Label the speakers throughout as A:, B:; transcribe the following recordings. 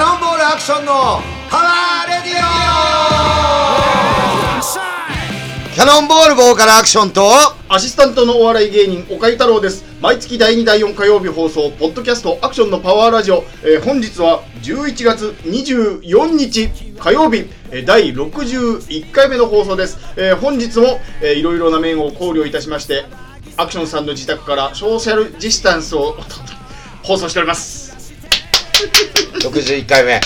A: ションのパワーレディオキャノンボールボーカルアクションと
B: アシスタントのお笑い芸人、岡井太郎です。毎月第2、第4火曜日放送、ポッドキャストアクションのパワーラジオ。えー本日は11月24日火曜日、えー第61回目の放送です。えー本日も、えーいろいろな面を考慮いたしまして、アクションさんの自宅からソーシャルディスタンスを 放送しております。
A: 61回目
B: はい。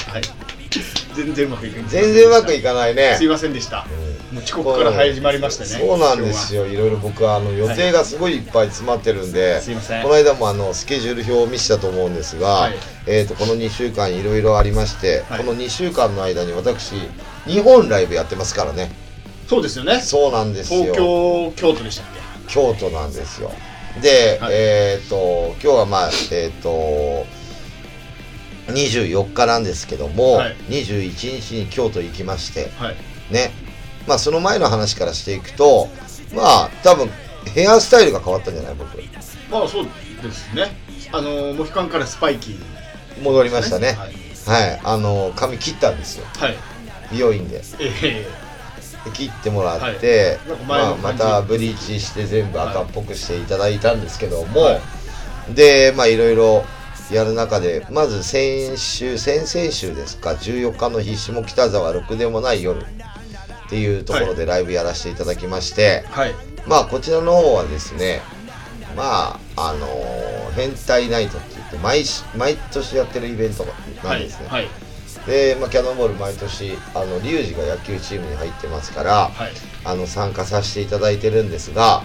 B: 全然うまくいかない。
A: 全然うまくいかないね
B: すいませんでした。もう遅刻から始まりましたね。
A: そうなんですよいろいろ僕はあの予定がすごいいっぱい詰まってるんで、
B: すいません
A: この間もあのスケジュール表を見せたと思うんですが、
B: はい
A: えー、とこの2週間いろいろありまして、
B: はい
A: この2週間の間に私日本ライブやってますからね
B: 今日は。そうですよね。
A: そうなんですよ
B: 東京、京都でしたっけ
A: 京都なんですよで、
B: はい
A: えっ、と今日はまあえっ、と24日なんですけども、
B: はい
A: 21日に京都行きまして
B: はい。
A: ねまあその前の話からしていくとまあ多分ヘアスタイルが変わったんじゃない僕
B: まあそうですね。あのモヒカンからスパイキーに、
A: 戻りましたね
B: はい。
A: はいあの髪切ったんですよ
B: はい。
A: 美容院で
B: え
A: で切ってもらって、
B: はいなんか前
A: まあ、
B: の
A: ま
B: 感じ
A: たブリーチして全部赤っぽくしていただいたんですけども、
B: は
A: でまあいろいろやる中でまず先週先々週ですか14日の必死も北沢ろくでもない夜っていうところでライブやらせていただきまして、
B: ーはい。
A: まあこちらの方はですねまああのー変態ナイトって言って毎し毎年やってるイベントな
B: は
A: ん
B: い
A: ですね、。
B: はい。
A: で、まあ、キャノンボール毎年あのリュウジが野球チームに入ってますから、
B: はい。
A: あの参加させていただいてるんですが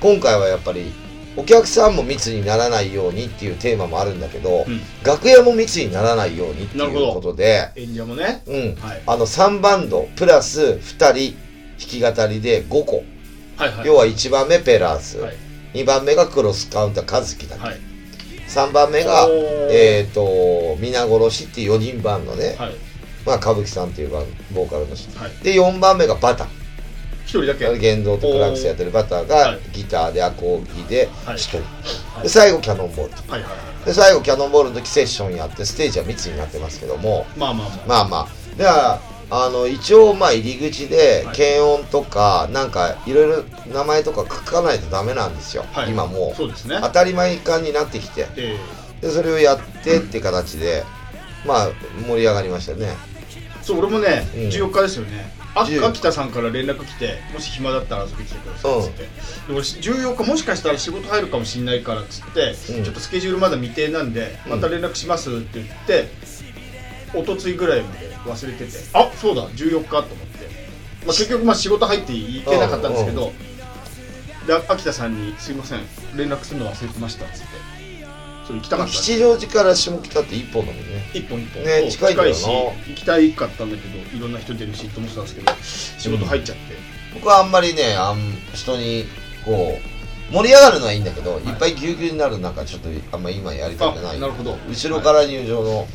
A: 今回はやっぱりお客さんも密にならないようにっていうテーマもあるんだけど、
B: うん
A: 楽屋も密にならないようにってい
B: なるほど
A: うことで、
B: 演者もね。
A: うん
B: はい
A: あの3バンドプラス2人弾き語りで5個、
B: はいはい。
A: 要は1番目ペラーズ、
B: はい
A: 2番目がクロスカウンターカズキだ、
B: はい。
A: 3番目が
B: おー
A: えっ、と皆殺しっていう4人バンドね、
B: はい。
A: まあ歌舞伎さんっていうバンボーカルの人
B: はい。
A: で4番目がバター
B: 一人だけ。はい。
A: 言動とクランクスやってるバターが
B: はい
A: ギターでアコーギで
B: はい
A: 1人、
B: い
A: で最後キャノンボールと
B: はいは
A: で最後キャノンボールの時セッションやってステージは密になってますけども
B: い。まあまあまあ。
A: まあまあだからあの一応まあ入り口で
B: はい
A: 検温とかなんかいろいろ名前とか書かないとダメなんですよ、
B: はい。
A: 今も
B: そう
A: う
B: ですね。
A: 当たり前感になってきて
B: え
A: でそれをやってって形でまあ盛り上がりましたね
B: ーそう俺もね、
A: うん
B: 14日ですよね。あ
A: 10
B: 秋田さんから連絡来て、もし暇だったら遊びに来てくださいっつって、で俺14日もしかしたら仕事入るかもしれないからっつって、
A: うん
B: ちょっとスケジュールまだ未定なんで、
A: うん
B: また連絡しますって言って、一昨日ぐらいまで忘れててあそうだ14日と思って、まあ、結局まあ仕事入っていけなかったんですけど、で秋田さんに「すいません連絡するの忘れてました」っつってそれ行きたかったんで
A: 吉祥寺から下北って一本だもんね
B: 一本一本、
A: ね
B: そう
A: 近いんだよな
B: し行きたいかったんだけどいろんな人出るしと思ってたんですけど仕事入っちゃって、
A: 僕はあんまりねあん人にこう盛り上がるのはいいんだけど、い、っぱいぎゅうぎゅうになるなんかちょっとあんま今やりたくない
B: あなるほど
A: 後ろから入場の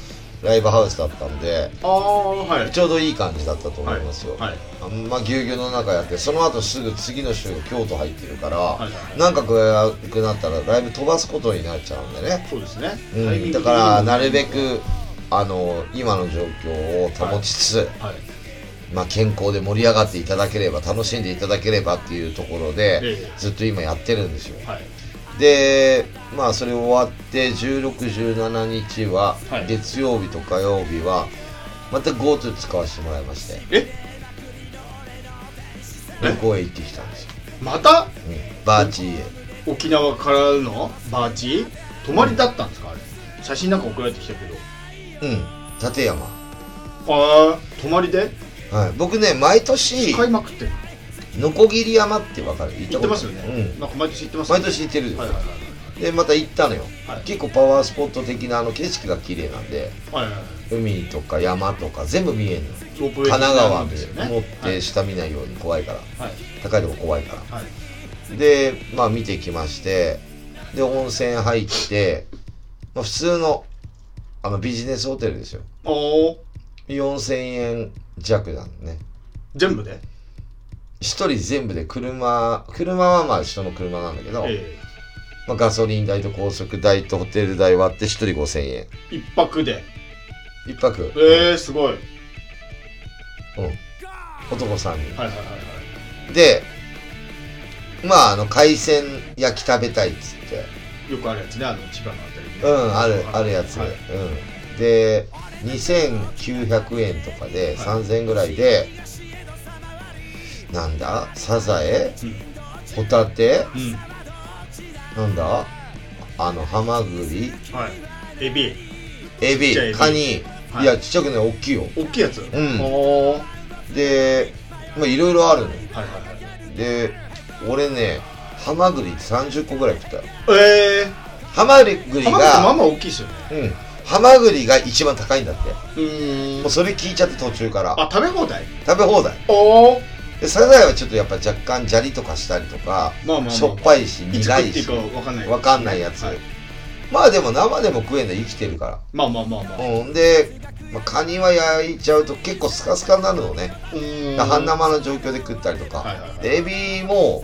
A: ライブハウスだったんで、
B: ああはい
A: ちょうどいい感じだったと思いますよ、
B: はいはい
A: あんまぎゅうぎゅうの中やってその後すぐ次の週が京都入ってるから、
B: いはい
A: なんかこれやくなったらライブ飛ばすことになっちゃうんでね、
B: そうですね、
A: うん
B: タイミング
A: だからなるべくあの今の状況を保ちつつ、
B: はい
A: まあ、健康で盛り上がっていただければ楽しんでいただければっていうところで、
B: ええ
A: ずっと今やってるんですよ
B: はい
A: でまあそれ終わって1617日は、
B: はい
A: 月曜日と火曜日はまた GoTo 使わせてもらいまして
B: え
A: 旅行へ行ってきたんですよ、
B: また
A: うんバーチーへ
B: 沖縄からのバーチ泊まりだったんですかあれ写真なんか送られてきたけど
A: うん立山
B: ああ泊まりで
A: はい、僕ね毎年
B: 買いまくってる
A: のこぎり山ってわかる行
B: 行
A: こ
B: って
A: と
B: ま
A: あ
B: す
A: る
B: よね、
A: うん
B: なんか毎年行ってますよ
A: 毎
B: ね
A: 年行ってるよ
B: はいはい
A: でまた行ったのよ、
B: はい
A: 結構パワースポット的なあの景色が綺麗なんで
B: はいはいはいはい
A: 海とか山とか全部見えんの
B: ロープウ
A: 神
B: ェイ
A: 奈川
B: で
A: です
B: よね
A: 持っ
B: はい
A: て下見ないように怖いから、
B: はい
A: 高いとこ怖いか
B: はい
A: らでまあ見てきましてで温泉入って、まあ、普通のあのビジネスホテルですよ
B: おお
A: 4000円弱なのね
B: 全部で
A: 一人全部で車車はまあ人の車なんだけど、
B: え
A: まあ、ガソリン代と高速代とホテル代割って一人5000円
B: え一泊で
A: 一泊、
B: えー、すごい。はい
A: うん、男3人、
B: はいはい
A: でまああの海鮮焼き食べたいっつって
B: はい。よくあるやつね、あの千葉のあたりに。
A: うんあるあるやつ、
B: はい
A: うんで2900円とかで
B: はい
A: 3000円ぐらいで、なんだサザエ
B: うん。
A: ホタテ
B: うん。
A: なんだあのハマグリ
B: はい。エビ。
A: エ
B: ちっ
A: ビ
B: ちゃいエビ
A: カニ、
B: はい
A: い、やちっちゃくない大きいよ
B: 大きいやつ。うんおー。
A: でまあいろいろあるの
B: はいはいはい。
A: で俺ねハマグリ30個ぐらい食ったよ
B: えー。
A: ハマグリ
B: ハマグリまあ
A: が
B: まあ大きいですよね。
A: うんハマグリが一番高いんだって
B: うーん
A: もう。それ聞いちゃって途中から
B: あ、食べ放題
A: 食べ放題
B: おー。
A: でサザエはちょっとやっぱ若干砂利とかしたりとか
B: まあまあまあ。
A: しょっぱいし
B: いつ
A: 苦
B: 食っ
A: い
B: ていい
A: し
B: かわかんない。
A: わかんないやつ
B: はい
A: まあでも生でも食えんだ生きてるか
B: まあまあまあまあ。
A: らうんで、まあ、カニは焼いちゃうと結構スカスカになるのね
B: うーん
A: 半生の状況で食ったりとか、
B: はいはいはい
A: でエビも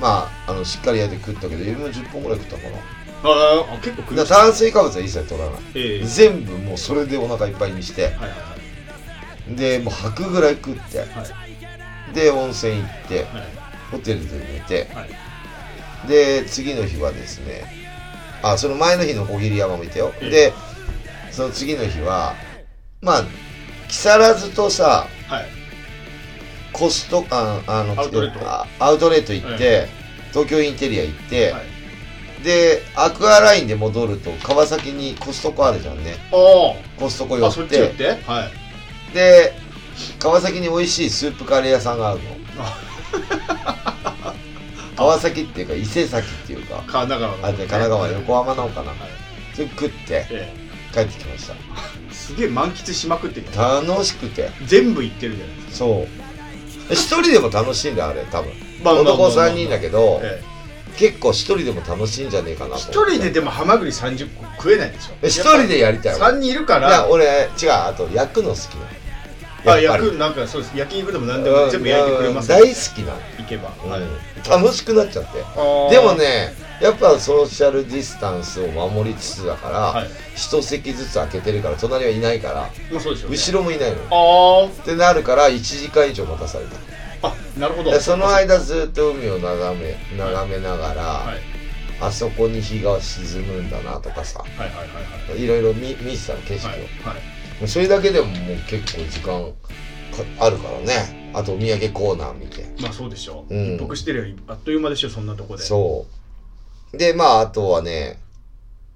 A: まああのしっかり焼いて食ったけどエビも10本ぐらい食ったかな
B: あーあ結構食いま
A: だ
B: し
A: か
B: た
A: ら炭水化物は一切取らない
B: ええ
A: 全部もうそれでお腹いっぱいにして
B: はいはい
A: でもう吐くぐらい食って
B: はい
A: で温泉行って
B: はい
A: ホテルで寝て
B: はい
A: で次の日はですねあその前の日の小霧山もいたよ
B: ええ
A: でその次の日はまあ木更津とさ
B: はい
A: コストああの
B: アウトレット
A: あアウトレット行って、東京インテリア行って、
B: はい
A: でアクアラインで戻ると川崎にコストコあるじゃんね
B: あ
A: コストコ
B: ー
A: 寄
B: あそっち寄
A: っ
B: っててはい
A: で川崎に美味しいスープカレー屋さんがある の川崎っていうか伊勢崎っていうか
B: 神奈川の
A: あれ神奈川横浜なのかな
B: はい
A: それ食って
B: え
A: 帰ってきまし
B: えすげえ満喫しまくってきた
A: た楽しくて
B: 全部行ってるじゃないですか
A: そう一人でも楽しいんだあれ多分
B: まあまあまあまあ
A: 男3人だけど
B: ええ
A: 結構一人でも楽しいんじゃねえかなと
B: 一
A: 思って
B: 人ででもハマグリ30個食えないでしょ
A: え一人でやりたい俺
B: 3人いるか
A: いや
B: ら
A: 俺違うあと焼くの好きなの
B: あ
A: やっぱ
B: 焼
A: り
B: くなんかそうです焼き肉でも何でも全部焼いてくれます
A: うん大好きなの
B: きいけばはい
A: うん楽しくなっちゃって
B: あー
A: でもねやっぱソーシャルディスタンスを守りつつだから、
B: はい
A: 一席ずつ開けてるから隣はいないから
B: まあそうでしょうね
A: 後ろもいないのっ
B: あ
A: てなるから1時間以上待たされた
B: ーあなるほど
A: でその間ずっと海を眺め眺めながら、
B: はい
A: あそこに日が沈むんだなとかさ
B: はいはいはいはい
A: いろいろ見見てたの景色を、
B: はいはい
A: もうそれだけでももう結構時間かあるからねあとお土産コーナー見て
B: まあそうでしょう、
A: うん
B: 一服してるよりあっという間でしょそんなとこで
A: そうでまああとはね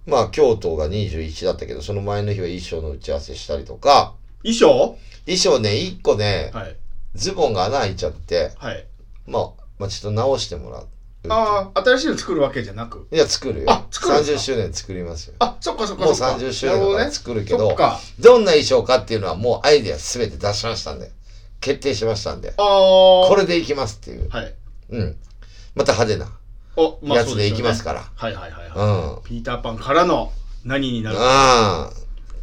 A: まあ京都が21だったけどその前の日は衣装の打ち合わせしたりとか
B: 衣装
A: 衣装ね1個ね
B: はい
A: ズボンが穴開いちゃって
B: はい
A: まあ、まあ、ちょっと直してもらう
B: ああ新しいの作るわけじゃなく
A: いや作るよ
B: あ作るんです
A: 30
B: か
A: 周年作りますよ
B: あそっかそっか
A: もう
B: そっか
A: 30周年だから作るけど
B: そっか
A: どんな衣装かっていうのはもうアイデア全て出しましたんで決定しましたんで
B: ああ
A: これでいきますっていう
B: はい
A: うんまた派手な
B: おまあ
A: や
B: そ
A: つ
B: うで
A: ですい
B: よ
A: き
B: ね
A: ますから、
B: はいはいはいはい、
A: うん
B: ピーターパンからの何になるか
A: ああ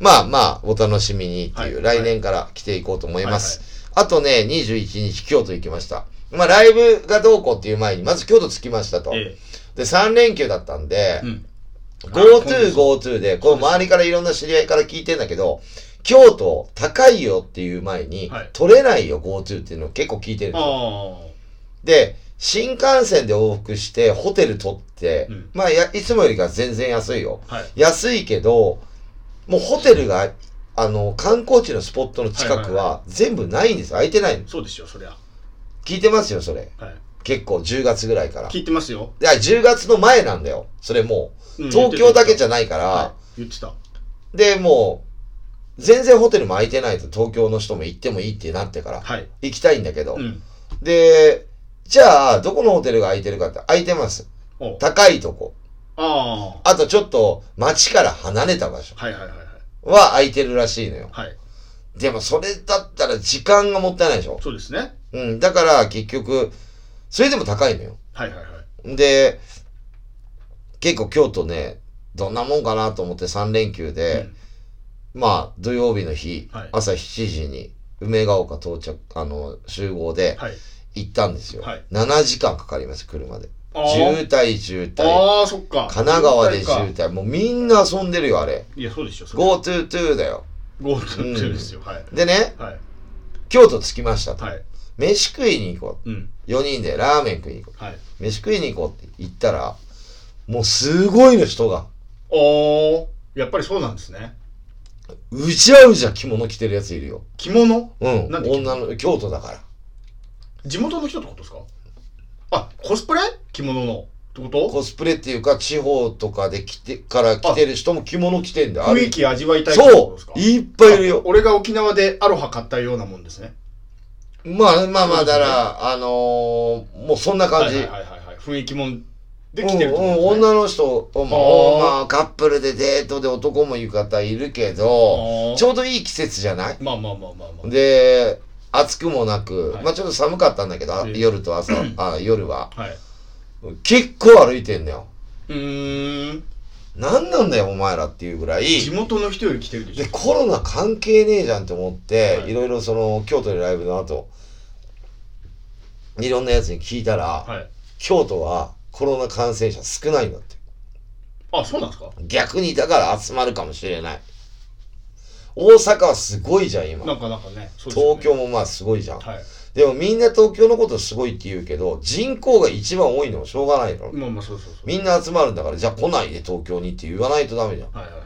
A: まあまあ、お楽しみにっていう、
B: はい
A: 来年から来ていこうと思います。あとね、21日、京都行きました。まあ、ライブがどうこうっていう前に、まず京都着きましたと。
B: え
A: で、3連休だったんで
B: えう、ん
A: GoTo、GoTo で、この周りからいろんな知り合いから聞いてんだけど、京都高いよっていう前に
B: はい、
A: 取れないよ GoTo っていうのを結構聞いてるん
B: あ
A: ですよ。
B: あ
A: で、新幹線で往復して、ホテル取って
B: うん、
A: まあや、いつもよりか全然安いよ。
B: はい
A: 安いけど、もうホテルが、あの、観光地のスポットの近
B: はい
A: く
B: はい
A: は全部ないんです。空いてないの。
B: そうですよそりゃ、
A: 聞いてますよ、それ。
B: はい、
A: 結構10月ぐらいから。い
B: 聞いてますよ、
A: や、10月の前なんだよ。それも
B: う
A: う。
B: ん
A: 東京だけじゃ
B: な
A: ないから。
B: はい、言ってた
A: で、もう、全然ホテルも空いてないと東京の人も行ってもいいってなってから。
B: はい
A: 行きたいんだけど。
B: うん
A: で、じゃあ、どこのホテルが空いてるかって、空いてます。
B: お
A: 高いとこ。
B: あ
A: あとちょっと街から離れた場所
B: あはいはいはいはい
A: は空いてるらしいのよ。
B: はい
A: でもそれだったら時間がもったいないでしょ。
B: そうですね
A: うん。だから結局、それでも高いのよ。
B: はいはいはい
A: で、結構京都ね、どんなもんかなと思って3連休で、まあ土曜日の日、
B: はい
A: 朝7時に梅ヶ丘到着、あの、集合
B: う
A: で
B: んはい
A: 行ったんですよ。
B: はい
A: 7時間かかります、車で。
B: あー
A: 渋滞渋滞
B: あーそっか
A: 神奈川で渋
B: 渋滞か
A: 滞もうみんな遊んでるよあれ
B: いやそうでしょそれ
A: GoToTo だよ
B: ゴールドってですよはい
A: でね
B: はい
A: 京都着きましたと、
B: はい
A: 飯食いに行こ
B: うん
A: う4人でラーメン食いに行こ
B: はいあ
A: う飯食いに行こうって言ったらもうすごいの人が
B: ーやっぱりそうなんですね
A: うじゃうじゃ着物着てるやついるよ
B: 着物
A: うん
B: なんで着
A: 女の京都だから
B: 地元の人ってことですかあコスプレ着物のってこと
A: コスプレっていうか地方とかで来てから来てる人も着物着てんだよあ
B: 雰
A: れ
B: 囲気味わいたいってこと
A: そ
B: ですか
A: ういっぱいいるよ
B: 俺が沖縄でアロハ買ったようなもんですね
A: まあまあまあだからあのー、もうそんな感じ、
B: はいはいはい、はい、雰囲気もんで
A: うん
B: 来てるってこと
A: うん、女の人も、
B: あー
A: まあ、カップルでデートで男も浴衣いるけど
B: 女
A: ちょうどいい季節じゃない
B: まあまあまあまあま
A: で暑くもなく、
B: はい
A: まあちょっと寒かったんだけど、あ
B: ええ
A: 夜と 朝あ夜は
B: あはい
A: 結構歩いてんのよ
B: うーん
A: 何なんだよお前らっていうぐらい
B: 地元の人より来てるでしょ
A: でコロナ関係ねえじゃんって思って、
B: はい
A: い、ろいろその京都でライブの後いろんなやつに聞いたら、
B: はい
A: 京都はコロナ感染者少ないんだって
B: あそうなんですか
A: 逆にだから集まるかもしれない大阪はすごいじゃん今、
B: なんかなんかねそうです
A: 東
B: よね
A: 京もまあすごいじゃん、
B: はい
A: でもみんな東京のことすごいって言うけど人口が一番多いのもしょうがないの、
B: まあまあそうそうそう
A: みんな集まるんだからじゃあ来ないで東京にって言わないとダメじゃん
B: はいはいはい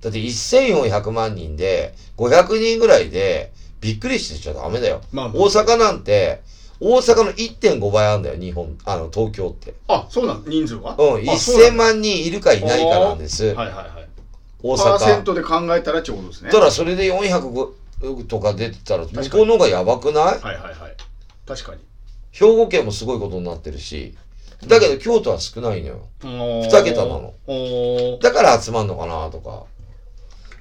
A: だって1400万人で500人ぐらいでびっくりしてちゃダメだよ、
B: まあまあ
A: 大阪なんて大阪の1.5倍あんだよ日本あの東京って
B: あそうなん人数が
A: うん
B: あそうな
A: 1000
B: ん
A: 万人いるかいないかなんです、
B: はいはいはい
A: 大
B: パーセン
A: 阪
B: トで考えたらちょうどですね
A: たらそれで400とか出てたら
B: かに
A: 向こうの方がやばくない
B: はいはいはい確かに
A: 兵庫県もすごいことになってるしだけど京都は少ないのよ
B: 二
A: 二桁なの
B: おー
A: だから集まんのかなとかも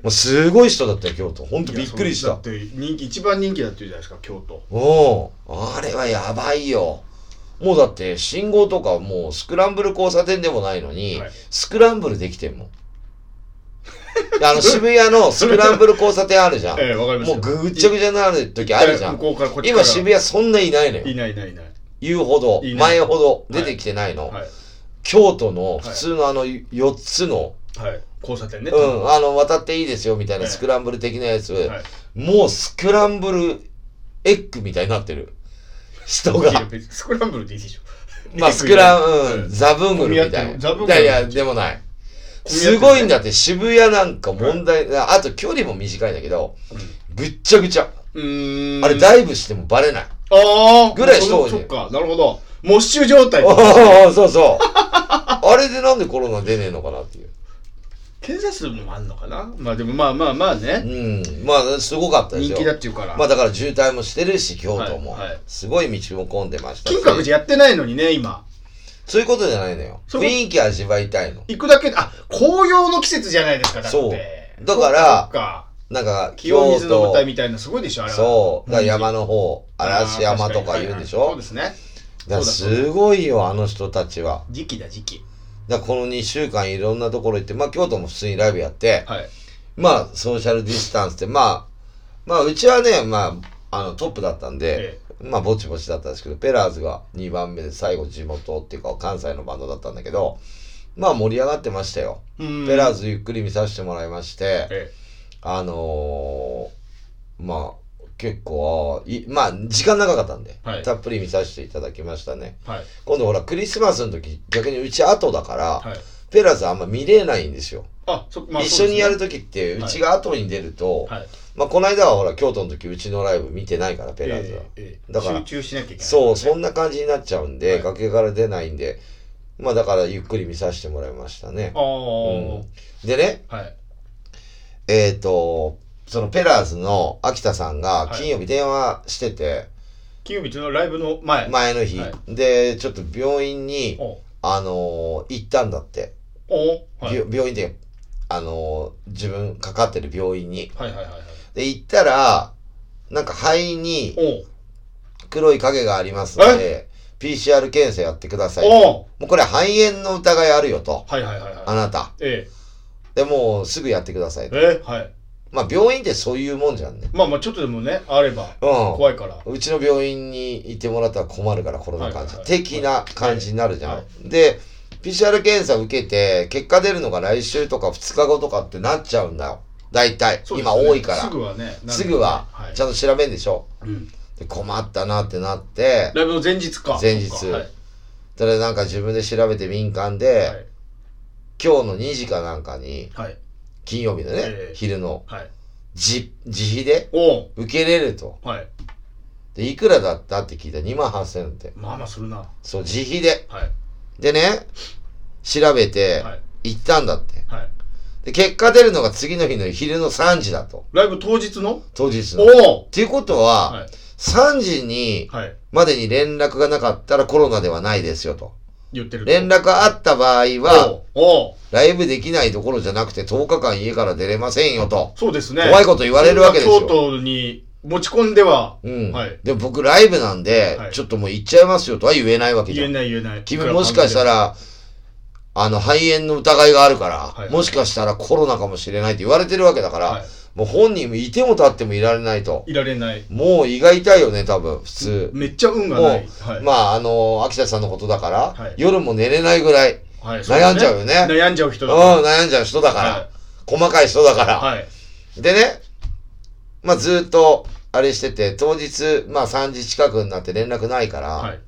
A: うすごい人だったよ京都ほんとびっくりし
B: いや
A: た
B: そうだって人気一番人気だって言うじゃないですか京都
A: おおあれはやばいよもうだって信号とかもうスクランブル交差点でもないのに、
B: はい
A: スクランブルできてんもんあの渋谷のスクランブル交差点あるじゃん
B: ええわかります
A: も
B: よ
A: うぐっちゃぐちゃになる時あるじゃ
B: 向
A: ん
B: こうからこっちか
A: 今
B: ら
A: 渋谷そんないないの
B: い
A: よ
B: ないいないいない
A: 言うほど
B: いない
A: 前ほど出てきてないの、
B: はい
A: 京都の普通のあの4つの、
B: はい交差点ね
A: うん、あの渡っていいですよみたいな
B: ええ
A: スクランブル的なやつ、
B: はい
A: もうスクランブルエッグみたいになってる人
B: いや
A: が
B: 別にスクランブルでいいでしょ。
A: まあスクラン、
B: う
A: うん、
B: ん
A: ザブングルみた
B: 混み合って
A: い
B: るザ
A: ない
B: ブングル
A: やいやでもない
B: 混み合ってる
A: すごいんだって渋谷なんか問題、あと距離も短いんだけどぐっちゃぐちゃ
B: うーん。
A: あれダイブしてもバレない、
B: ああ
A: ぐらいし
B: そ
A: そうう
B: そ
A: で
B: っか。なるほど。モッシュ状態
A: お。ーおーそうそう あれでなんでコロナ出ねえのかなっていう
B: 検査数もあんのかなまあでもまあまあまあね。
A: うんまあすごかったです
B: 人
A: よ
B: 気だっていうから。
A: まあだから渋滞もしてるし京都も、
B: はいはい
A: すごい道も混んでましたし
B: 金閣寺やってないのにね、今。
A: そういうことじゃないのよ
B: そう
A: 雰囲気味わいたいの
B: 行くだけで、あ、紅葉の季節じゃないですか、だって。
A: そうだから
B: そっか。
A: なんか
B: 清水の舞台みたいなすごいでしょ、あれは。
A: そうだから山
B: の
A: の方嵐山とか言うんでしょ
B: そうですね。
A: だからすごいよあの人たちは
B: 時期だ、時期。
A: だからこの2週間いろんなところ行ってまあ京都も普通にライブやって
B: はい。
A: まあソーシャルディスタンスってまあまあうちはねまああのトップだったんで、まあぼちぼちだったんですけどペラーズが2番目で最後地元っていうか関西のバンドだったんだけどまあ盛り上がってましたよ、
B: ペ
A: ペラー
B: ズ。
A: ズゆっくり見させてもらいまして、
B: え
A: あのーまあ、結構、いまあ、時間長かったんで、
B: はい
A: たっぷり見させていただきましたね。
B: えはい。
A: 今度ほら、クリスマスの時、逆にうち後だから、
B: はい。
A: ペラーズあんま見れないんですよ。
B: あ、そまあ
A: 一緒にやる
B: と。
A: 時って、
B: はいう
A: ちが後に出ると、
B: はい。
A: まあ、この間はほら、京都の時、うちのライブ見てないから、ペラーズは。
B: ええええ
A: だから
B: 集中しなきゃいけない、
A: そう、そんな感じになっちゃうんで、
B: はい
A: 崖から出ないんで、まあ、だからゆっくり見させてもらいましたね。
B: ああ、
A: うんでね、
B: はい
A: えっ、と、そのペラーズの秋田さんが
B: はい
A: 金曜日電話してて、
B: 金曜日のライブの前、
A: 前の日、
B: はい
A: で、ちょっと病院に、
B: お
A: あのー行ったんだって。
B: おはい
A: びょ病院で、あのー自分かかってる病院に。
B: はいはいはいはい
A: で、行ったら、なんか肺に
B: お
A: 黒い影がありますので、PCR 検査やってください。も
B: お
A: うこれ肺炎の疑いあるよと。
B: はいはいはいは
A: あ
B: い
A: なた。
B: え
A: でもうすぐやってください
B: えええはい
A: まあ病院ってそういうもんじゃんね。
B: まあまあちょっとでもねあれば
A: う
B: 怖いから
A: ん。うちの病院にいてもらったら困るからコロナ患者、
B: はいはい
A: 的な感じになるじゃん。
B: はい
A: で PCR 検査受けて結果出るのが来週とか2日後とかってなっちゃうんだよ大体、
B: そうです
A: 今
B: ね
A: 多いから
B: すぐはね
A: すぐは
B: はい
A: ちゃんと調べんでしょ、
B: うん
A: で困ったなってなって
B: ライブの前日か
A: 前日
B: そうかはい
A: ただなんか自分で調べて民間で、
B: はい
A: 今日の2時かなんかに
B: はい
A: 金曜日のね、
B: ええ
A: 昼の
B: はい
A: 自自費で
B: おう
A: 受けれると
B: はい
A: でいくらだったって聞いたら2万8000円って
B: まあまあするなは
A: そう自費で
B: い
A: でね調べて
B: はい
A: 行ったんだって
B: はい
A: で結果出るのが次の日の昼の3時だと
B: ライブ当日の
A: 当日のっ
B: おお
A: ていうことは、
B: はい
A: 3時に
B: はい
A: までに連絡がなかったらコロナではないですよと
B: 言ってる
A: 連絡あった場合は
B: おうおう
A: ライブできないどころじゃなくて10日間家から出れませんよと
B: そうですね
A: 怖いこと言われるわけですよ
B: 京都に持ち込んでは
A: うん、
B: はい
A: でも僕ライブなんで、
B: はい
A: ちょっともう行っちゃいますよとは言えないわけじ
B: 言
A: ゃ
B: え
A: ん。
B: ない言えない
A: 君もしかしたら、あの、肺炎の疑いがあるから、
B: はい
A: もしかしたらコロナかもしれないって言われてるわけだから、
B: は
A: もう本人もいても立ってもいられないと。
B: いられない
A: もう胃が痛いよね、多分、普通。
B: めっちゃ運が
A: もう、
B: ないはい
A: まあ、あの、秋田さんのことだから、
B: はい
A: 夜も寝れないぐらい、
B: はい
A: 悩んじゃうよね
B: そです悩んじゃう
A: う
B: 人
A: ん、
B: だか
A: 悩んじゃう人だ
B: ら
A: から、細かい人だから。
B: はいはい
A: でね、まあ、ずーっと、あれしてて、当日、まあ、3時近くになって連絡ないから、
B: はい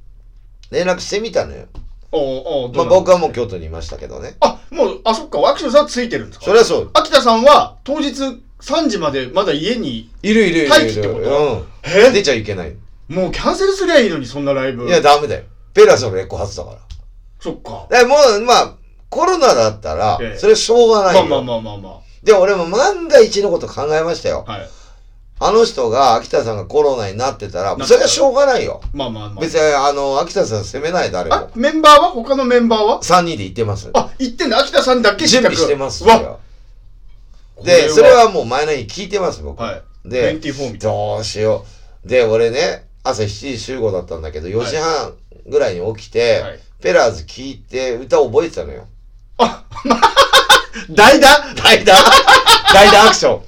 A: 連絡してみたのよ。
B: おうおう
A: まあ、
B: どうなん
A: 僕はもう京都にいましたけどね。
B: あもうあそっかアクションさんついてるんですか
A: そりゃそう。
B: 秋田さんは当日3時までまだ家に
A: いるいるいる
B: 待
A: い
B: 機
A: る。
B: ってこ
A: う
B: え
A: ん。出ちゃいけない。
B: もうキャンセルすりゃいいのにそんなライブ
A: いや、ダメだよ。ペラスのレコ発だか。
B: そっから
A: でもう、まあ、コロナだったら
B: え、え
A: それはしょうがない
B: まあ
A: よ。
B: まあまあまあま
A: で、俺も万が一のこと考えましたよ。
B: あはい
A: あの人が、秋田さんがコロナになってたら、
B: なっ
A: そ
B: てたら
A: れはしょうがないよ。
B: まあまあまあ
A: 別に、あの、秋田さん責めない、誰
B: あ
A: も。
B: メンバーは他のメンバーは
A: 3人で行ってます。
B: あ行ってんだ秋田さんだけ
A: 準備してます
B: わ
A: よ。で、それはもう前の日聞いてます、僕。
B: はい
A: で、
B: 24みたい
A: どうしよう。で、俺ね、朝7時集合だったんだけど、4時半ぐらいに起きて、
B: な、はい、
A: ペラーズ聞いて、歌覚えてたのよ。
B: 代打
A: 代打 代打アクショ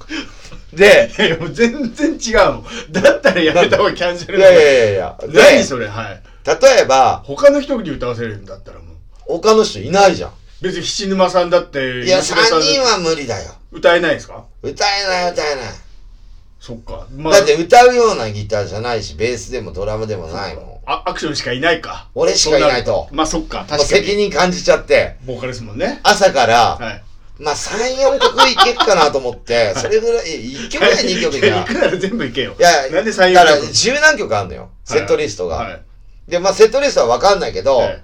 A: ン。で、
B: いやもう全然違うのだったらやめた方がキャンセ
A: い
B: ル
A: や
B: だ
A: いやいやいや。
B: 何
A: で、
B: それはい
A: 例えば、
B: 他の人に歌わせるんだったらもう
A: 他の人いないじゃん。
B: 別に菱沼さんだって
A: いや、3
B: 吉田さんだって
A: 人は無理だよ。
B: 歌えないですか
A: 歌えない、歌えない。
B: そっかま
A: だって歌うようなギターじゃないし、ベースでもドラムでもないもん。
B: あアクションしかいないか
A: 俺しかいないと
B: そうるまあそっか
A: もう
B: 確か
A: 責
B: に
A: 任感じちゃって、
B: ボーカルですもんね
A: 朝から、
B: はい
A: まあ、3、4曲いけっかなと思って、それぐらい、1曲や2曲
B: い
A: じゃ
B: や
A: ん
B: い。 くなら全部いけよ
A: いや、
B: なんで採用
A: だから、十何曲あるのよ。セットリストが。
B: はい
A: で、まあ、セットリストはわかんないけど、
B: はい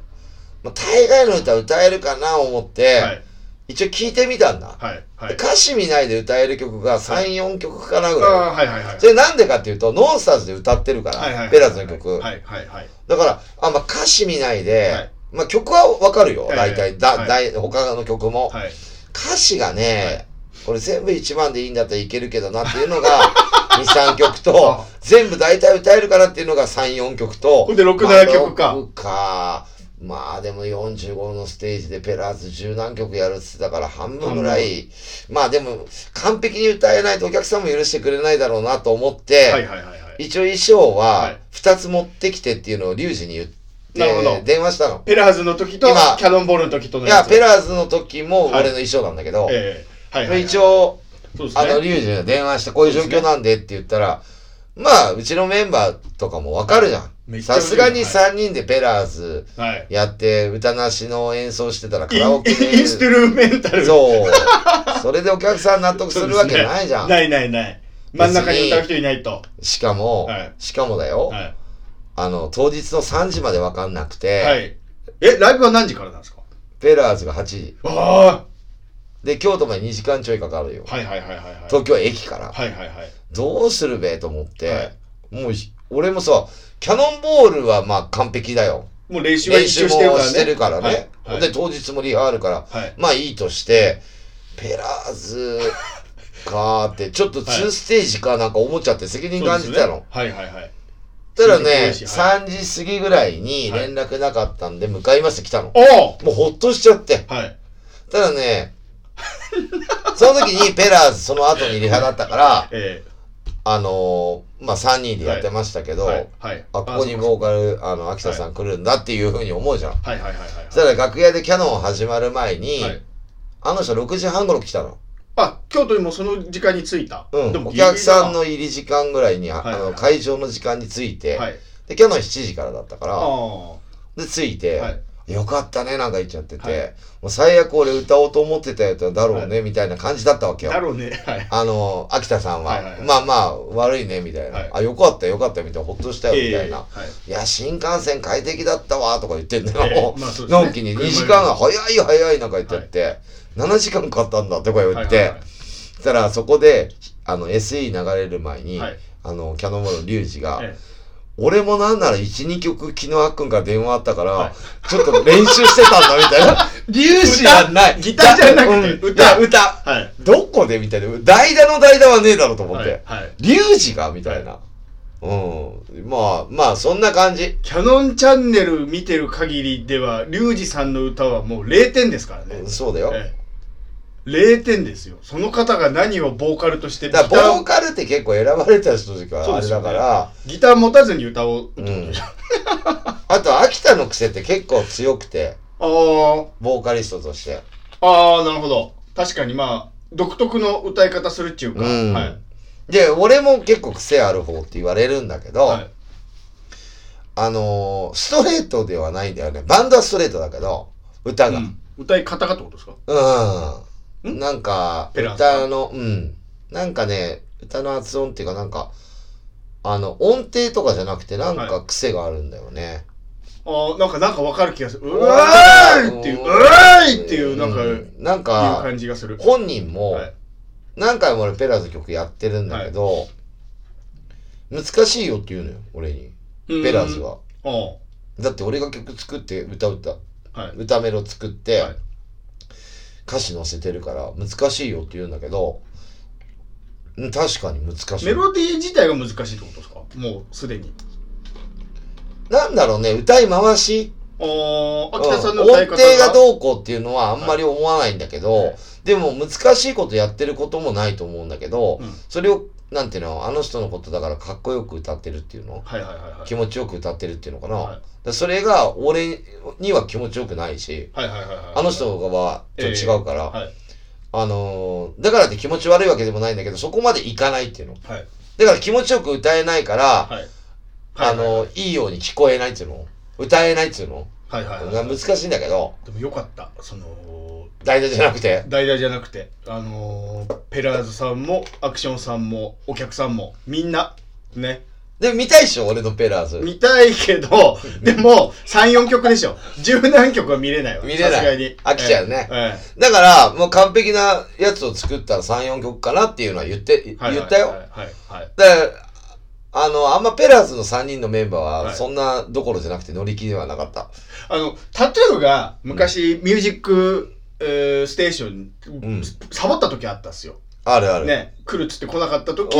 A: まあ、大概の歌歌えるかな思って、
B: はい
A: 一応聞いてみたんだ。
B: はいはい
A: 歌詞見ないで歌える曲が3、4曲かなぐら
B: あ
A: い。
B: あはいはいはい
A: それなんでかっていうと、ノンスターズで歌ってるか
B: はいはいはい
A: ら、ペラーズの曲。
B: はいはいはい
A: だから、あ、まあ、歌詞見ないで、
B: はい
A: まあ、曲はわかるよ、
B: はいはい
A: 大体。だ、
B: はい
A: 大他の曲も。
B: はい
A: 歌詞がね、
B: はい
A: これ全部1番でいいんだったらいけるけどなっていう のが、2、3曲と
B: あ、
A: 全部大体歌えるからっていうのが3、4曲と。
B: ほんで6
A: まあ
B: 7曲か
A: 6かまあでも45のステージでペラーズ十何曲やるっつってたから半分ぐらい、まあでも完璧に歌えないとお客さんも許してくれないだろうなと思って、
B: はいはいはいはい
A: 一応衣装
B: は
A: はい2つ持ってきてっていうのをリュウジに言っ
B: なるほど
A: て電話したの。
B: ペラーズの時と
A: 今
B: キャノンボールの時との
A: いや、ペ
B: ラ
A: ラーズの時も俺の衣装なんだけど、
B: ええはいはいはい
A: 一応、
B: そうです
A: あ
B: ね
A: の、リュウジに電話して、こういう状況なんでって言ったら、まあ、うちのメンバーとかもわかるじゃ
B: めっ
A: ん。
B: ちゃわ
A: さ
B: かる
A: すがに3人でペラーズ
B: はい
A: やって、歌なしの演奏してたらカ
B: イン
A: ラオケ
B: インストゥルメンタル
A: そう。それでお客さん納得するわけないじゃん。
B: ないないない真ん中に歌う人いないと
A: しかも、
B: はい
A: しかもだよ、
B: は
A: あの、当日の3時までわかんなく
B: い
A: て、
B: はいえライブは何時からなんですか
A: ペラーズが8時。
B: あ
A: で、京都まで2時間ちょいかかるよ。
B: あはいはいはいはいはい
A: 東京駅から。
B: はいはいはい
A: どうするべと思って、
B: はい
A: もうひ、俺もさ、キャノンボールはまあ完璧だよ。
B: もう練習は
A: 練
B: 一
A: 習
B: 周
A: も
B: してるからね。
A: してるからね。
B: はいはい
A: で、当日もリハあるから、
B: はい
A: まあいいとして、ペラーズ かーって、ちょっと2ステージかなんか思っちゃって責任感じたの。
B: そうですねはいはいはい。
A: ただ
B: そう
A: ね、
B: ですねは
A: 3時過ぎぐらいに連絡なかったんで、向かいまして来たの。
B: お
A: もうほっとしちゃって。
B: おはい。
A: ただね、その時にペラーズその後にリハだったから、
B: え
A: あのーまあ、3人でやってましたけ
B: ー
A: ど、
B: はいはい
A: あ、ここに
B: そう
A: ボーカル、あの、秋田さん来るんだっていうふうに思うじゃん。
B: はいはいはいはい
A: そしたら楽屋でキャノン始まる前に、
B: はい
A: あの人6時半頃来たの。
B: あ京都にもその時間に着いた、
A: うん。お
B: ギリギリだな
A: 客さんの入り時間ぐらいに、あ
B: はい
A: あの、会場の時間に着いて、
B: はい
A: で、キャノン7時からだったか
B: あ
A: ら、
B: あは
A: で、着いて、
B: い
A: よかったね、なんか言っちゃってて、
B: はい
A: もう最悪俺歌おうと思ってたやつはだろうね、みたいな感じだったわけよ。
B: だろうねはい
A: あの、秋田さんは、
B: はいはいはい
A: まあまあ、悪いね、みたいな。
B: はい
A: あ、よかったよかった、みたいな、ほっとしたよ、みたいな。
B: えーはい
A: いや、新幹線快適だったわ、とか言ってんだ
B: ええ
A: よ。
B: まあそうですね
A: のんきに2時間が早い早いなんか言っちゃって、7時間かかったんだとか言って、
B: はいはい
A: そしたらそこで、あの、SE 流れる前に、
B: はい
A: あの、キャノンボールのリュウジが、
B: え
A: 俺もなんなら1、2曲昨日あっくんから電話あったから、
B: は
A: ちょっと練習してたんだみたい な。リュウジはない。
B: ギターギターじゃなくて
A: うん
B: 歌
A: いや歌。
B: ーはい
A: どこでみたいな。代打の代打はねえだろうと思っ
B: は
A: て。
B: いはい
A: リュウジがみたいな。うん。まあ、まあ、そんな感じ。
B: キャノンチャンネル見てる限りではリュウジさんの歌はもう0点ですからね、
A: そうだよ。
B: ええ0点ですよその方が何をボーカルとして
A: だ
B: ギ
A: か
B: タ
A: らボー
B: ー
A: カルって結構選ばれた人しかあれだから、
B: ギター持たずに歌を
A: う,、ん。あと、秋田の癖って結構強くて、
B: ああ
A: ボーカリストとして。
B: ああ、なるほど。確かにまあ、独特の歌い方するっていうか。
A: うん
B: はい。
A: で、俺も結構癖ある方って言われるんだけど、
B: はい。
A: あのーストレートではないんだよね。バンドはストレートだけど、歌が。
B: うん歌い方がってことですか
A: うん。
B: ん
A: なんか、
B: ペラーズか
A: 歌の、うん。なんかね、歌の発音っていうかなんか、あの、音程とかじゃなくて、なん
B: は
A: か癖があるんだよね。
B: ああ、なんか、なんかわかる気がする。う
A: う
B: わーいっていう、うわーいっていう、なんか、いう
A: うんなんか、
B: 感じがする。
A: 本人も、
B: はい。
A: 何回も俺ペラーズ曲やってるんだけど、難しいよって言うのよ、俺に。ペラーズは。
B: うん。あ
A: だって俺が曲作って歌歌、
B: あ。はい。
A: 歌メロ作って、
B: はい
A: 歌詞載せてるから難しいよって言うんだけど、うん確かに難しい
B: メ。ロディー自体が難しいってことですかもう、すでに。
A: なんだろうね、歌い回し、
B: ああ、
A: うん
B: 秋田さんの
A: 音
B: 歌い
A: 程
B: 方
A: がどうこうっていうのはあんまり思わないんだけど、
B: はい
A: でも難しいことやってることもないと思うんだけど、
B: うん
A: それを、なんていうの、あの人のことだからかっこよく歌ってるっていうの
B: はいはいはいはい。
A: 気持ちよく歌ってるっていうのかな、
B: はい
A: だからそれが俺には気持ちよくないし
B: はいはいはいはい。
A: あの人はちょっと違うから、
B: はい。
A: あのーだからって気持ち悪いわけでもないんだけどそこまでいかないっていうの
B: はい。
A: だから気持ちよく歌えないから、
B: はい。
A: あのーいいように聞こえないっていうの歌えないっていうの、
B: はいはいはい
A: が
B: はい。
A: 難しいんだけど
B: でもよかった。その、
A: 代打じゃなくて
B: 代々じゃなくて、あのーペラーズさんもアクションさんもお客さんもみんなね
A: で見たいっしょ俺のペラーズ
B: 見たいけ どでも34曲でしょ十何曲は見れないわ
A: 見れない
B: さすがに
A: 飽きちゃうね
B: えええ
A: だからもう完璧なやつを作ったら34曲かなっていうのは言って
B: えはい
A: 言ったよ、
B: はいはいはい
A: だからあの、あんまペラーズの3人のメンバー
B: は
A: はいそんなどころじゃなくて乗り気ではなかった。
B: あのタトゥーが昔ミュージック、えーステーション、
A: ん
B: サボった時あったっすよ
A: あるある。
B: ね来るっつって来なかった時
A: う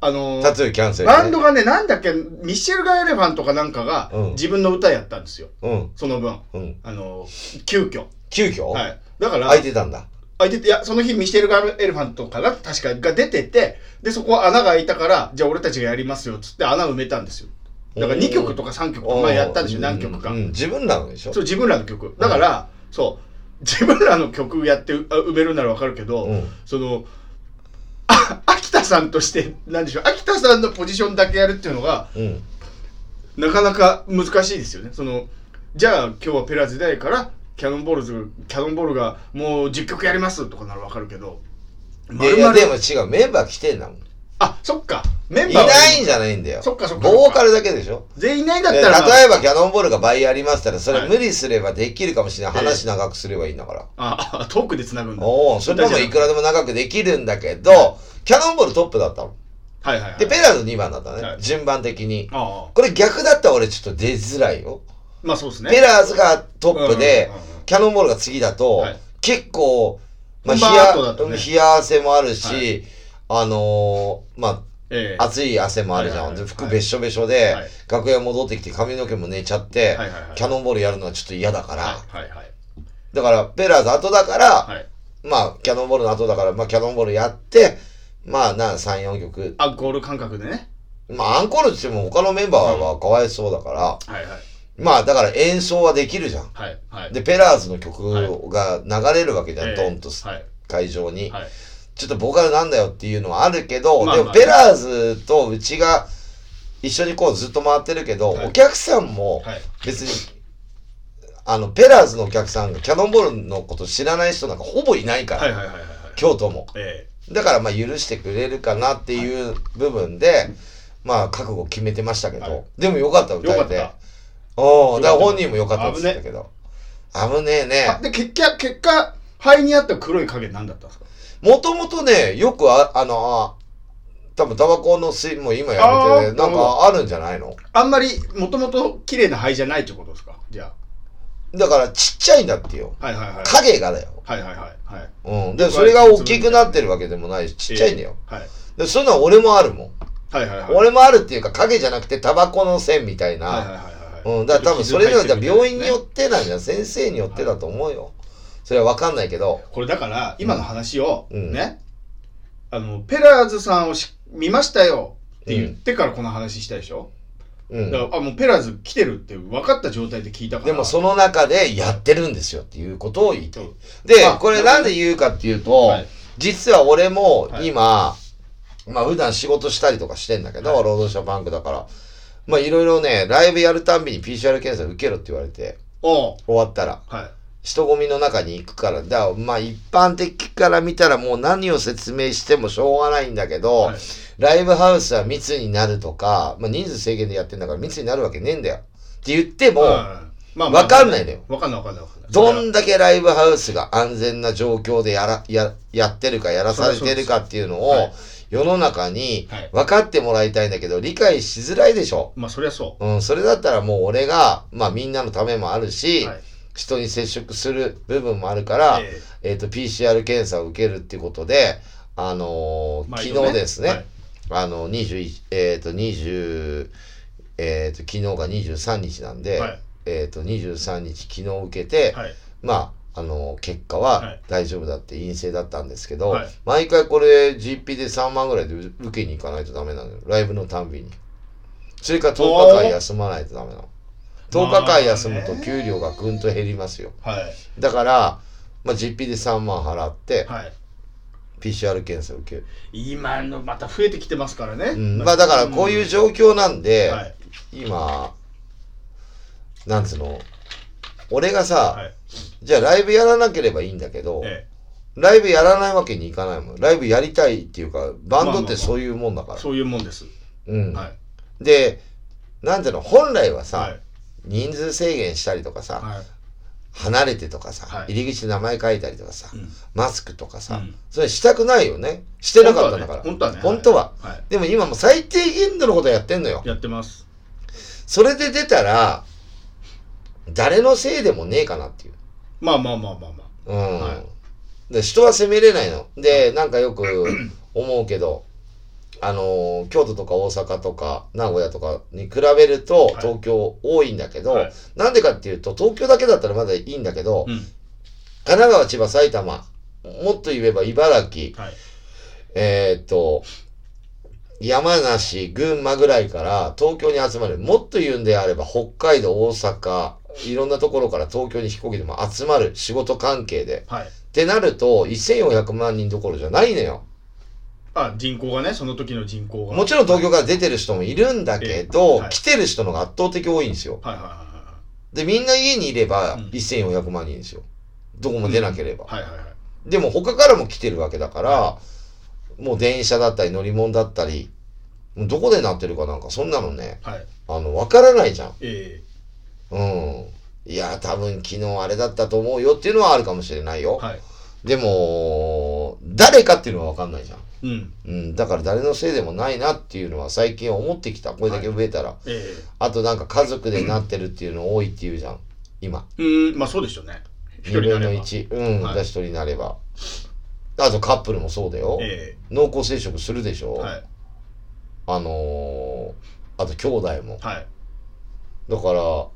B: あの
A: ん。
B: ー
A: タトゥーキャンセルね、
B: バンドがねなんだっけミシェルガ・エレファンとかなんかが、
A: うん
B: 自分の歌やったんですよ
A: うん。
B: その分
A: うん。
B: あのー急遽
A: 急遽、
B: はい。だから、
A: 空いてたんだ。
B: あいてていや、その日ミシェルガエレファントかな確かが出てて、で、そこは穴が開いたから、じゃあ俺たちがやりますよ、つって穴埋めたんですよ。だから2曲とか3曲とか、まあやったんでしょ、
A: うん
B: 何曲か
A: うん。自分なのでしょ
B: そう、自分らの曲。だから、そう、自分らの曲やってあ埋めるならわかるけど、
A: うん
B: その、あ秋田さんとして、なんでしょう、秋田さんのポジションだけやるっていうのが、
A: うん。
B: なかなか難しいですよね。そのじゃあ今日はペラ時代からキャノンボールズキャノンボールがもう10曲やりますとかならわかるけど、
A: いやいや、でも違う。メンバー来てんだもん。
B: あそっかメン
A: い
B: バー
A: ないん
B: じ
A: じゃないんだよ。
B: そっかそっか
A: ボーカルだけでしょ
B: 全員いないんだっ
A: で
B: たら、まあ
A: 例えばキャノンボールが倍やりましたら、そ
B: は
A: れ
B: い
A: 無理すればできるかもしれない。
B: ええ
A: 話長くすればいいんだから。
B: あ あトークでつなぐんだ。
A: おお、それでもいくらでも長くできるんだけど、キャノンボールトップだったもん。
B: はいはいはい。
A: で、ペラーズ2番だったね、
B: はい
A: 順番的に。
B: ああ
A: これ逆だったら俺ちょっと出づらいよ。
B: まあそうですね。
A: ペラーズがトップで、
B: うんうんうんうん
A: キャノンボールが次だと、
B: はい
A: 結構、まあ、
B: 本
A: 冷
B: 番後だ
A: や
B: とね
A: 冷や汗もあるし、
B: は
A: あのーま
B: ええ
A: あ、熱い汗もあるじゃん。
B: はいはいはい
A: で服べっしょべしょで、
B: はい
A: 楽屋戻ってきて髪の毛も寝ちゃって、
B: はいはいはい
A: キャノンボールやるのはちょっと嫌だから、
B: はいはいはい
A: だから、ペラーズ後だから、
B: はい
A: まあ、キャノンボールの後だから、まあ、キャノンボールやって、まあ、な、3、4曲。
B: アンコール感覚でね。
A: まあ、アンコールって言っても他のメンバーはかわいそうだから、
B: はいはい。
A: まあ、だから演奏はできるじゃん。
B: はいはい。
A: で、ペラーズの曲が流れるわけじゃん、
B: えー
A: ドンと
B: はい
A: 会場に。
B: はい。
A: ちょっとボーカルなんだよっていうのはあるけど、
B: まあま
A: で
B: あ
A: もペラーズとうちが一緒にこうずっと回ってるけど、
B: はい
A: お客さんも
B: はい
A: 別に、あの、ペラーズのお客さんがキャノンボールのこと知らない人なんかほぼいないから、
B: はいはいはいはいはい。
A: 京都も。
B: え
A: だからまあ許してくれるかなっていう部分で、まあ覚悟決めてましたけど、
B: はい
A: でもよかった歌
B: よか
A: え。
B: ってた。
A: お
B: よか
A: お、
B: った
A: だから本人もよかったって言ってたけど。危ねえね
B: あ。で、結果、結果、肺にあった黒い影何だったんですか
A: もともとね、よくあ、あの、あ多分タバコの吸いも今やめて
B: あー
A: ね、なんかあるんじゃないの
B: あんまり、もともと綺麗な肺じゃないってことですかじゃ
A: だからちっちゃいんだってよ。
B: あ。はいはいはい。
A: 影がだよ。
B: はいはいはい。はい。
A: うん。で、それが大きくなってるわけでもないし、ちっちゃいんだよ。
B: はい。
A: で、そういうのは俺もあるもん。
B: はいはいはい。
A: 俺もあるっていうか、影じゃなくてタバコの線みたい
B: はいはい
A: な。
B: はいはい。
A: うん。だから多分それ
B: ちょ
A: が
B: っと傷入ってるみたいですね
A: 病院によってなんじゃん先生によってだと思うよ。それはわかんないけど。
B: これだから、今の話を、
A: うん
B: ね、あの、ペラーズさんをし見ましたよって言ってからこの話したでしょ、
A: うん。
B: だから、あ、もうペラーズ来てるって分かった状態で聞いたか
A: で
B: ら。
A: もその中でやってるんですよっていうことを言いたい。で
B: あ、
A: これなんで言うかっていうと、
B: はい
A: 実は俺も今、まあ普段仕事したりとかしてんだけど、
B: はい
A: 労働者バンクだから、まあいろいろね、ライブやるたんびに PCR 検査受けろって言われて、
B: おう
A: 終わったら。
B: はい。
A: 人混みの中に行くから、だからまあ一般的から見たらもう何を説明してもしょうがないんだけど、
B: はい
A: ライブハウスは密になるとか、まあ人数制限でやってんだから密になるわけねえんだよ。って言っても、
B: はいま
A: わかんないのよ。
B: わかんないわかんないわかんない。
A: どんだけライブハウスが安全な状況でやら、や、やってるかやらされてるかっていうの
B: は
A: を
B: い、
A: 世の中に
B: はい
A: 分かってもらいたいんだけど、理解しづらいでしょ。
B: まあ、そりゃそ
A: うん、それだったらもう俺が、まあみんなのためもある
B: う。
A: し、
B: はい。
A: 人に接触する部分もあるから、
B: え
A: えっ、と、PCR 検査を受けるっていうことで、あのー
B: えまあ
A: 昨日ですね、
B: はい
A: あの、21、えっ、と、20、えっ、と、昨日が23日なんで、
B: はい
A: えっ、と、23日昨日受けて、
B: はい。
A: まあ、あの、結果
B: は
A: はい大丈夫だって陰性だったんですけど、
B: はい
A: 毎回これ GP で3万ぐらいで受受けに行かないとダメなのよ。ライブのたんびに。それから10日間休まないとダメなの。10日間休むと
B: まあね
A: 給料がぐんと減りますよ。
B: はい。
A: だから、まあ、GP で3万払って、
B: はい。
A: PCR 検査受ける。
B: 今のまた増えてきてますからね。
A: うん、まあ、だからこういう状況なんで、
B: はい。
A: 今、なんつうの、俺がさ、
B: はい。
A: じゃあライブやらなければいいんだけど、
B: え
A: ライブやらないわけにいかないもん。ライブやりたいっていうか、バンドってそういうもんだか
B: え
A: ら。
B: そういうもんです。
A: うん、
B: はい。
A: で、なんていうの、本来はさ、
B: はい。
A: 人数制限したりとかさ、
B: はい。
A: 離れてとかさ、
B: はい
A: 入り口で名前書いたりとかさ、
B: うん
A: マスクとかさ、
B: うん
A: それしたくないよね。してなかったんだから。
B: 本当はね。
A: 本当は。
B: はい。
A: でも今もう最低限度のことやってんのよ。
B: やってます。
A: それで出たら、誰のせいでもねえかなっていう。
B: まあまあまあまあまあ。
A: うん。
B: は
A: で人は責めれないの。で、なんかよく 思うけど、あのー京都とか大阪とか名古屋とかに比べると
B: はい
A: 東京多いんだけど、
B: はい
A: なんでかっていうと東京だけだったらまだいいんだけど、
B: うん。
A: 神奈川、千葉、埼玉、もっと言えば茨城、
B: はい。
A: えーっと、山梨、群馬ぐらいから東京に集まる。もっと言うんであれば北海道、大阪、いろんなところから東京に飛行機でも集まる。仕事関係で。
B: はい。
A: ってなると、1400万人どころじゃないのよ。
B: あ、人口がね、その時の人口が。
A: もちろん東京から出てる人もいるんだけど、
B: ええはい
A: 来てる人の方が圧倒的多いんですよ。
B: はいはいは
A: で、みんな家にいれば
B: うん
A: 1400万人ですよ。どこも出なければ。
B: いはい。はいはいはい。
A: でも他からも来てるわけだから、もう電車だったり乗り物だったり、もうどこでなってるかなんかそんなのね、
B: はい。
A: あの、わからないじゃん。
B: え
A: うん。いや、多分昨日あれだったと思うよっていうのはあるかもしれない
B: え
A: よ。
B: はい。
A: でも、誰かっていうのはわかんないじゃん。
B: うん。
A: うん、だから誰のせいでもないなっていうのは最近思ってきた。これだけ増えたら。
B: え
A: あとなんか家族でなってるっていうの多いっていうじゃん。今。
B: えうん、まあそうでしょうね。一人
A: 2
B: にな
A: 分の
B: れば。
A: 1。うん。
B: はい
A: だ一人になれば。あとカップルもそうだよ。
B: え
A: 濃厚接触するでしょ。
B: えはい。
A: あのー、あと兄弟も。
B: はい。
A: だから、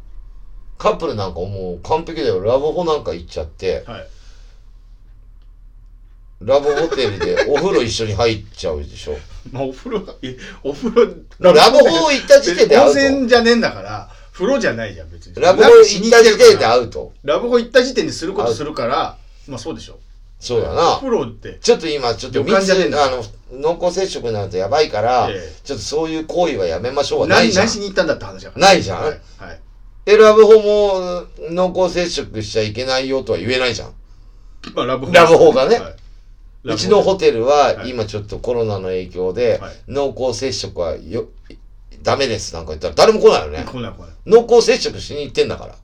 A: カップルなんかもう完璧だよ。ラブホなんか行っちゃって、
B: はい。
A: ラブホテル でお風呂一緒に入っちゃうでしょ。
B: まあ、お風呂 が、えお風呂、
A: ラブホ行った時点でア
B: 温
A: ウト。
B: 泉じゃねえんだから、風呂じゃないじゃん、別に。
A: ラブホ行った時点でア
B: ウト。
A: ウト。
B: ラブホ行った時点ですることするから、まあそうでしょ。
A: そうだ
B: お
A: な。
B: 風呂って、
A: ちょっと今、ちょっと
B: 旅館じゃねえん
A: 密
B: だ
A: あの、濃厚接触になるとやばいから、
B: ええ
A: ちょっとそういう行為はやめましょうはない
B: 何、
A: じゃん
B: 何。しに行ったんだって話だから。
A: ないじゃん
B: はい。はい
A: で、ラブホも濃厚接触しちゃいけないよとは言えないじゃん。
B: まあ、ラブホ
A: ラブホがね
B: はいう
A: ちのホテルは
B: はい
A: 今ちょっとコロナの影響で
B: はい
A: 濃厚接触はよ、ダメですなんか言ったら誰も来ないよね。
B: 来ない来ない。
A: 濃厚接触しに行ってんだから。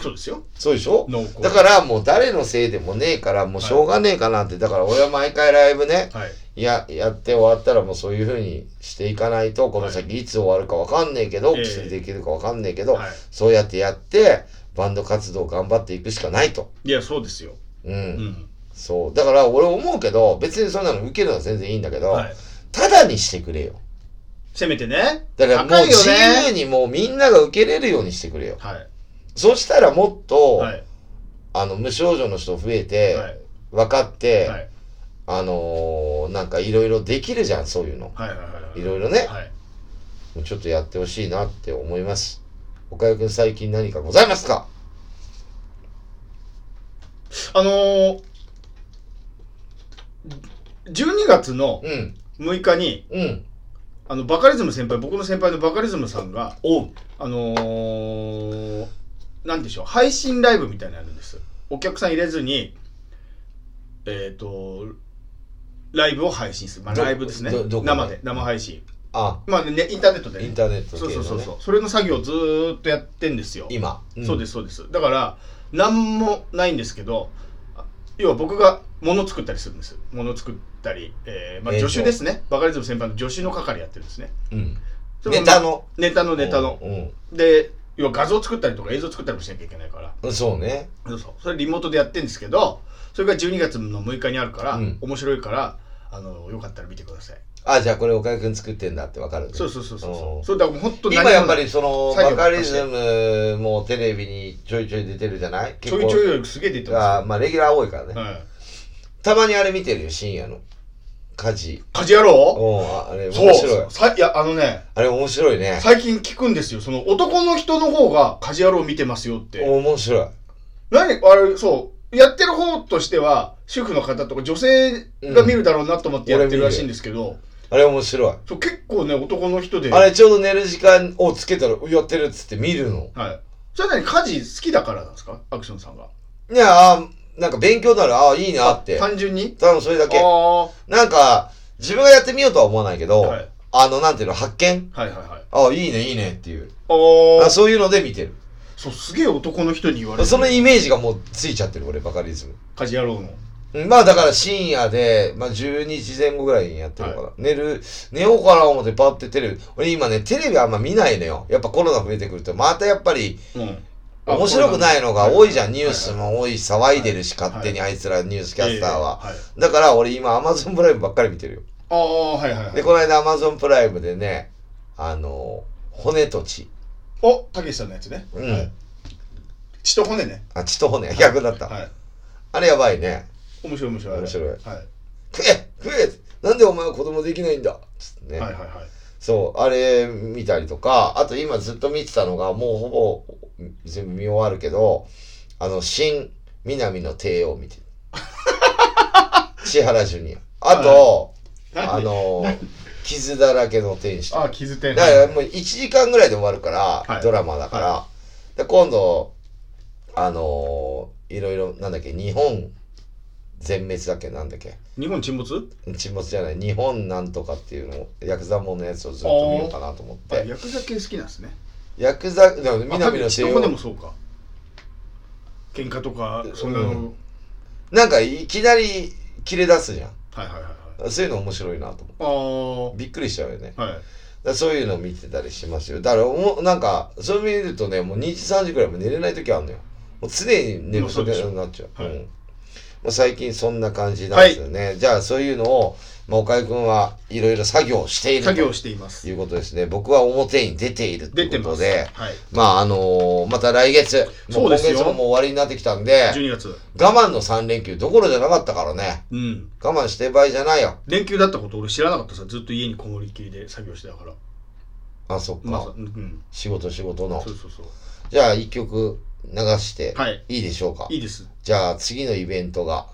B: そうですよ。
A: そうでしょ
B: 濃厚
A: だからもう誰のせいでもねえからもうしょうがねえかなって。だから俺は毎回ライブね、
B: はい。
A: や、やって終わったらもうそういう風にしていかないと、この先いつ終わるかわかんねえけど、
B: ええ
A: 薬できるかわかんねえけど、
B: はい
A: そうやってやって、バンド活動頑張っていくしかないと。
B: いや、そうですよ。
A: うん
B: うん。
A: そう。だから俺思うけど、別にそんなの受けるのは全然いいんだけど、
B: はい。
A: ただにしてくれよ。
B: せめてね。
A: だからも
B: 高
A: う
B: いよ
A: 自由
B: ね。
A: にもうみんなが受けれるようにしてくれよ。
B: はい。
A: そしたらもっと、
B: はい。
A: あの、無症状の人増えて、
B: はい。
A: 分かって、
B: はい。
A: あのーなんかいろいろできるじゃん、そういうの。
B: はいはいはいはい
A: いろいろね、
B: はい。
A: ちょっとやってほしいなって思います。岡井くん最近何かございますか
B: あのー、12月の
A: うん、
B: 6日に、
A: うん、
B: あの、バカリズム先輩、僕の先輩のバカリズムさんが、
A: おう。
B: あのー、なんでしょう、配信ライブみたいなのやるんです。お客さん入れずに、えっ、と、ライブを配信する。まあ、
A: ど
B: ライブですね。
A: どどこで
B: 生で、生配信。
A: あ、
B: まあね、インターネットでね、
A: インターネット
B: そ
A: 系の、
B: う
A: ね。
B: そうそうそう。それの作業をずーっとやってんですよ。
A: 今、。
B: そうですすそうですだから何もないんですけどあ要は僕が物作ったりするんです物作ったり、えーまあ、
A: えーと
B: 助手ですねバカリズム先輩の助手の係やってるんですね
A: うん。
B: そ
A: ネ
B: れもまあ
A: タの。
B: ネタのネタの
A: うんうん
B: で要は画像作ったりとか映像作ったりもしなきゃいけないから
A: うん。そうね。
B: そうそうそれリモートでやってるんですけどそれが12月の6日にあるから、
A: うん
B: 面白いからあのよかったら見てください
A: あ、じゃあこれ岡井くん作ってんだってわかるね。
B: そうそうそうそう
A: う
B: そ
A: ん
B: うそれだから本当
A: 今やっぱりその
B: 作
A: バ
B: 業
A: カリズムもテレビにちょいちょい出てるじゃない
B: ちょいちょい
A: い
B: よりすげえ出て
A: あ
B: ま
A: まあレギュラー多いからね、
B: すよ、はい、
A: たまにあれ見てるよ深夜の家事
B: 家事野郎
A: おああれ面
B: そう
A: 白い
B: さいやあのね
A: あれ面白いね
B: 最近聞くんですよ。その男の人の方が家事野郎見てますよって。
A: 面白い
B: 何あれ、そう。やってる方としては、主婦の方とか女性が見るだろうなと思ってやってるらしいんですけど、
A: あれ面白い
B: そう結構ね、男の人で。
A: あれちょうど寝る時間をつけたらやってるっつって見るの
B: はい。それは何家事好きだからなんですかアクションさんが。
A: いやあなんか勉強になるああいいなって
B: 単純に
A: 多分それだ
B: あ
A: け
B: あ。は
A: なんか自分がやってみようとは思わないけど、
B: い。はい
A: あのなんていうの発見
B: はいはい。
A: ああいいねいいねっていう
B: あ
A: あ
B: あ。
A: そういうので見てる
B: そう、すげえ男の人に言われる。
A: そのイメージがもうついちゃってる俺バカリズム
B: 家事野郎の。
A: うんまあだから深夜で、まあ12時前後ぐらいにやってるから、寝る、寝ようかな思ってパッてテレビ、俺今ね、テレビあんま見ないのよ。やっぱコロナ増えてくると、またやっぱり
B: うん。あ
A: 面白くないのが多いじゃん。ニュース。
B: は
A: も多いし、騒いでるし、
B: はい
A: 勝手にあいつらニュースキ
B: い
A: ャ
B: いい
A: スターは。
B: ええええ
A: だから俺今 Amazon プライムばっかり見てるよ。
B: はいああ、はいはいは
A: で、
B: い。
A: この間 Amazon プライムでね、あの、骨と血。
B: お、たけしさんのやつね。
A: うん
B: はい。血と骨ね。
A: あ、血と骨、逆だった。
B: はい。
A: あれやばいね。
B: 面白い面白い。あれ
A: 面白い
B: はい。
A: 食え食えなんでお前は子供できないんだつってね。
B: はいはいはい。
A: そう、あれ見たりとか、あと今ずっと見てたのが、もうほぼ全部見終わるけど、あの、新南の帝王 見てる。千原ジュニア。あと、あ
B: 何、
A: の、傷だらけの天使とか。
B: あ、傷点。
A: だからもう1時間ぐらいで終わるから、
B: はい
A: ドラマだから。で、今度、あのいろいろ、なんだっけ、日本全滅だっけ、なんだっけ。
B: 日本沈没
A: 沈没じゃない、日本なんとかっていうのを、ヤクザもんのやつをずっと見ようかなと思っ
B: あ
A: て。
B: ヤクザ系好きなんですね。
A: ヤクザ、でも南の
B: 血
A: 帝
B: と骨も
A: 王、
B: そうか。喧嘩とか
A: う、ん
B: そんなの。
A: なんかいきなり切れ出すじゃん。
B: はいはいはいはい。
A: そういうの面白いなと思
B: ああ
A: う。びっくりしちゃうよね。だか。
B: はい。
A: らそういうのを見てたりしますよ。だからもう、なんか、それ見るとね、もう2時、3時くらいも寝れない時あるのよ。もう常に寝不足になっちゃう。
B: まあそ
A: うん
B: うでしょはい
A: ままあ最近そんな感じなんですよね。じゃあそういうのを、まあ、岡井くんはいろいろ作業している
B: 作業
A: と
B: しています。
A: いうことですね。僕は表に出ているとい
B: 出て
A: うこ
B: ま
A: と
B: す。
A: で、
B: はい。
A: まああのーまた来月、も
B: そうう
A: 今
B: です
A: 月
B: よ
A: ももう終わりになってきたんで、
B: 12月。
A: 我慢の3連休どころじゃなかったからね。
B: うん。
A: 我慢してる場合じゃないよ。
B: 連休だったこと俺知らなかったさ。ずっと家にこもりっきりで作業してたから。
A: あ、そっか。
B: まあ、うん。
A: 仕事仕事の
B: そう。そうそう。
A: じゃあ一曲流して
B: はい
A: いいでしょうか。
B: いいです。
A: じゃあ次のイベントが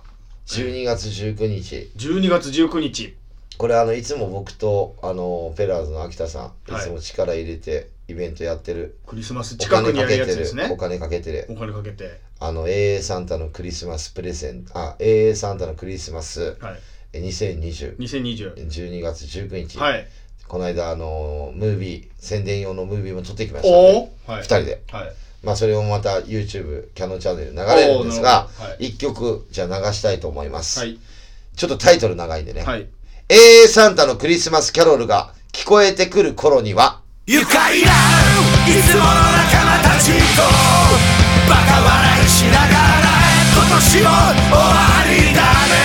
A: 12月19日。
B: 12月19日。
A: これあのいつも僕とあのペラーズの秋田さんい
B: はい
A: つも力入れてイベントやってる、
B: クリスマス近くにあるやつです
A: お
B: ね。
A: 金かけてる
B: お金かけて。
A: あの AA サンタのクリスマスプレゼンあ AA サンタのクリスマス
B: はい。
A: 2020
B: 2020。
A: 12月19日、
B: はい。
A: この間あのムービー宣伝用のムービーも撮ってきましたんで、
B: おおは
A: 2
B: い。
A: 人で
B: はい。
A: まあそれをまた YouTube キャノンチャンネルで流れるんですが
B: おーなるほどはい
A: 1曲じゃあ流したいと思います、
B: はい。
A: ちょっとタイトル長いんでね、
B: はい。
A: AA サンタのクリスマスキャロルが聞こえてくる頃には
C: 愉快ないつもの仲間たちとバカ笑いしながら今年も終わりだね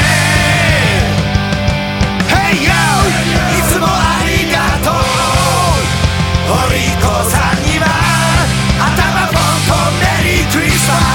C: Hey yo いつもありがとう堀子さんには頭ポンポンメリークリスマス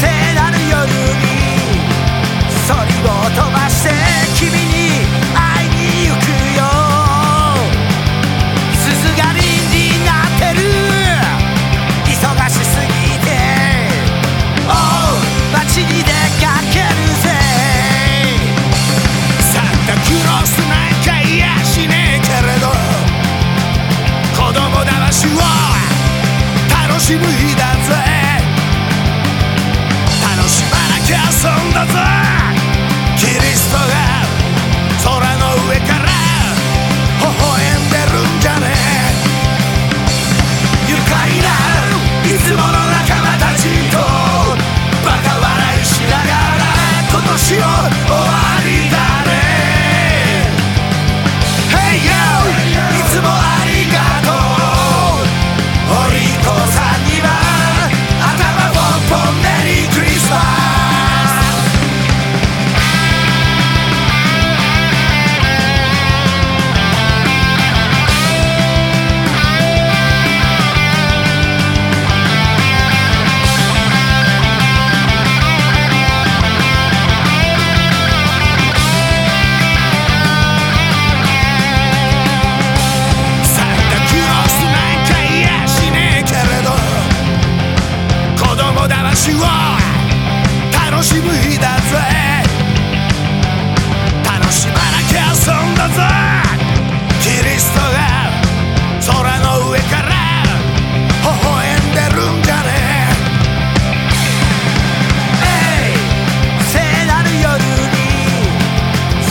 C: 聖なる夜にそりを飛ばして君に会いに行くよ鈴が凛になってる忙しすぎて Oh 街に出かけるぜサンタクロースなんかいやしねえけれど子供だましを楽しむ日だぜ楽しまなきゃ遊んだぞキリストが空の上から微笑んでるんじゃねえ愉快ないつもの仲間たちとバカ笑いしながら今年を終わりだね Hey yo いつもありがとうお利口さんには頭ポンポンメリークリスマスサンタクロースなんかいやしねえけれど子供だましを楽しむ日だぜ楽しまなきゃ遊んだぞキリストが空の上から微笑んでるんじゃねえ Hey 聖なる夜に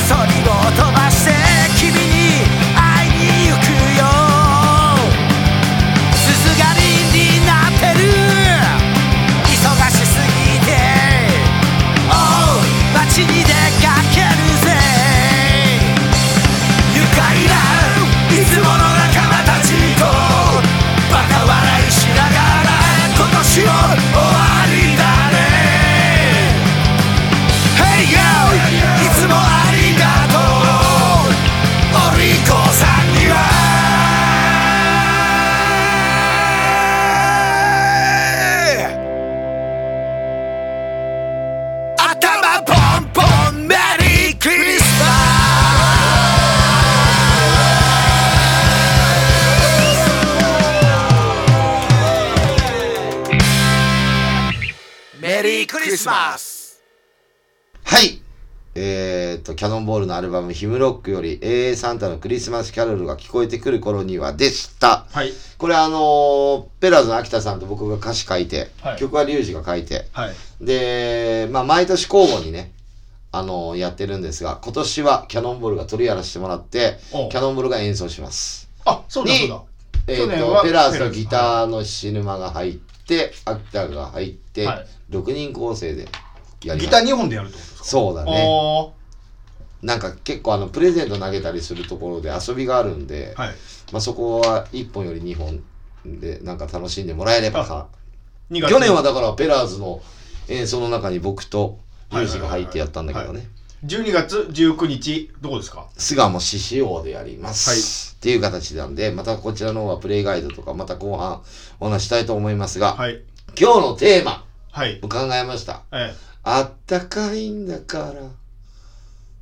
C: そりを飛ばして君に会いに行くよ鈴が凛になってる忙しすぎて Oh 街に出かけるぜ愉快ないつもの仲間たちとバカ笑いしながら今年も終わりだね Hey yo いつもありがとうお利口さんには頭ポンポンメリークリスマスメリークリスマス
A: はいえー、っとキャノンボールのアルバム「ヒムロック」より「AA サンタのクリスマスキャロルが聞こえてくる頃には」でした
B: はい。
A: これあのーペラーズの秋田さんと僕が歌詞書いて、
B: はい
A: 曲はリュウジが書いて
B: はい。
A: で、まあ、毎年交互にね、あのーやってるんですが今年はキャノンボールが取りやらせてもらってキ
B: おう
A: ャノンボールが演奏します
B: あ、そうだそうだ。
A: え
B: 去年
A: ー、
B: は
A: とペラーズ
B: ペ
A: の
B: ラーズ
A: ギターの沼が入ってターが入って、
B: はい
A: 6人構成でやり
B: ギ
A: ま
B: ター
A: す
B: 2本でやるってことですか
A: そうだ
B: あ
A: ね
B: あ
A: なんか結構あのプレゼント投げたりするところで遊びがあるんで、
B: ー、はい。
A: まあ、そこは1本より2本でなんか楽しんでもらえればさ
B: 2月
A: 去年はだからペラーズの演奏の中に僕とユージが入ってやったんだけど
B: はいはい
A: ね
B: 12月19日、どこですか
A: 巣鴨獅子王でやります、っていう形なんでまたこちらの方はプレイガイドとかまた後半お話したいと思いますが、
B: はい。
A: 今日のテーマ
B: はい。
A: 考えました
B: え
A: あったかいんだから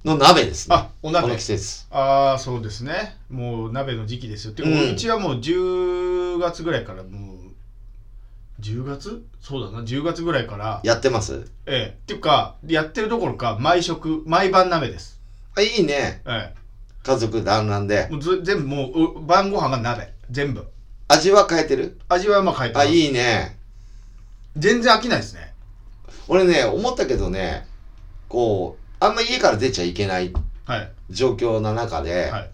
A: の鍋ですね
B: あお鍋
A: この季節
B: ー、ああ、そうですね。もう鍋の時期ですよ。てか、う
A: うん
B: ちはもう10月ぐらいから、もう、10月そうだな、10月ぐらいから、
A: やってます
B: ええっていうか、やってるどころか、毎食、毎晩鍋です。
A: あいいね
B: え
A: 家族団らんで
B: えもうず全部もうう、晩ご飯が鍋。全部。
A: 味は変えてる
B: 味はまあ変えてま
A: あ
B: す。
A: いいね
B: 全然飽きないですね。
A: 俺ね思ったけどねこうあんま家から出ちゃいけない
B: はい。
A: 状況の中で、
B: はい。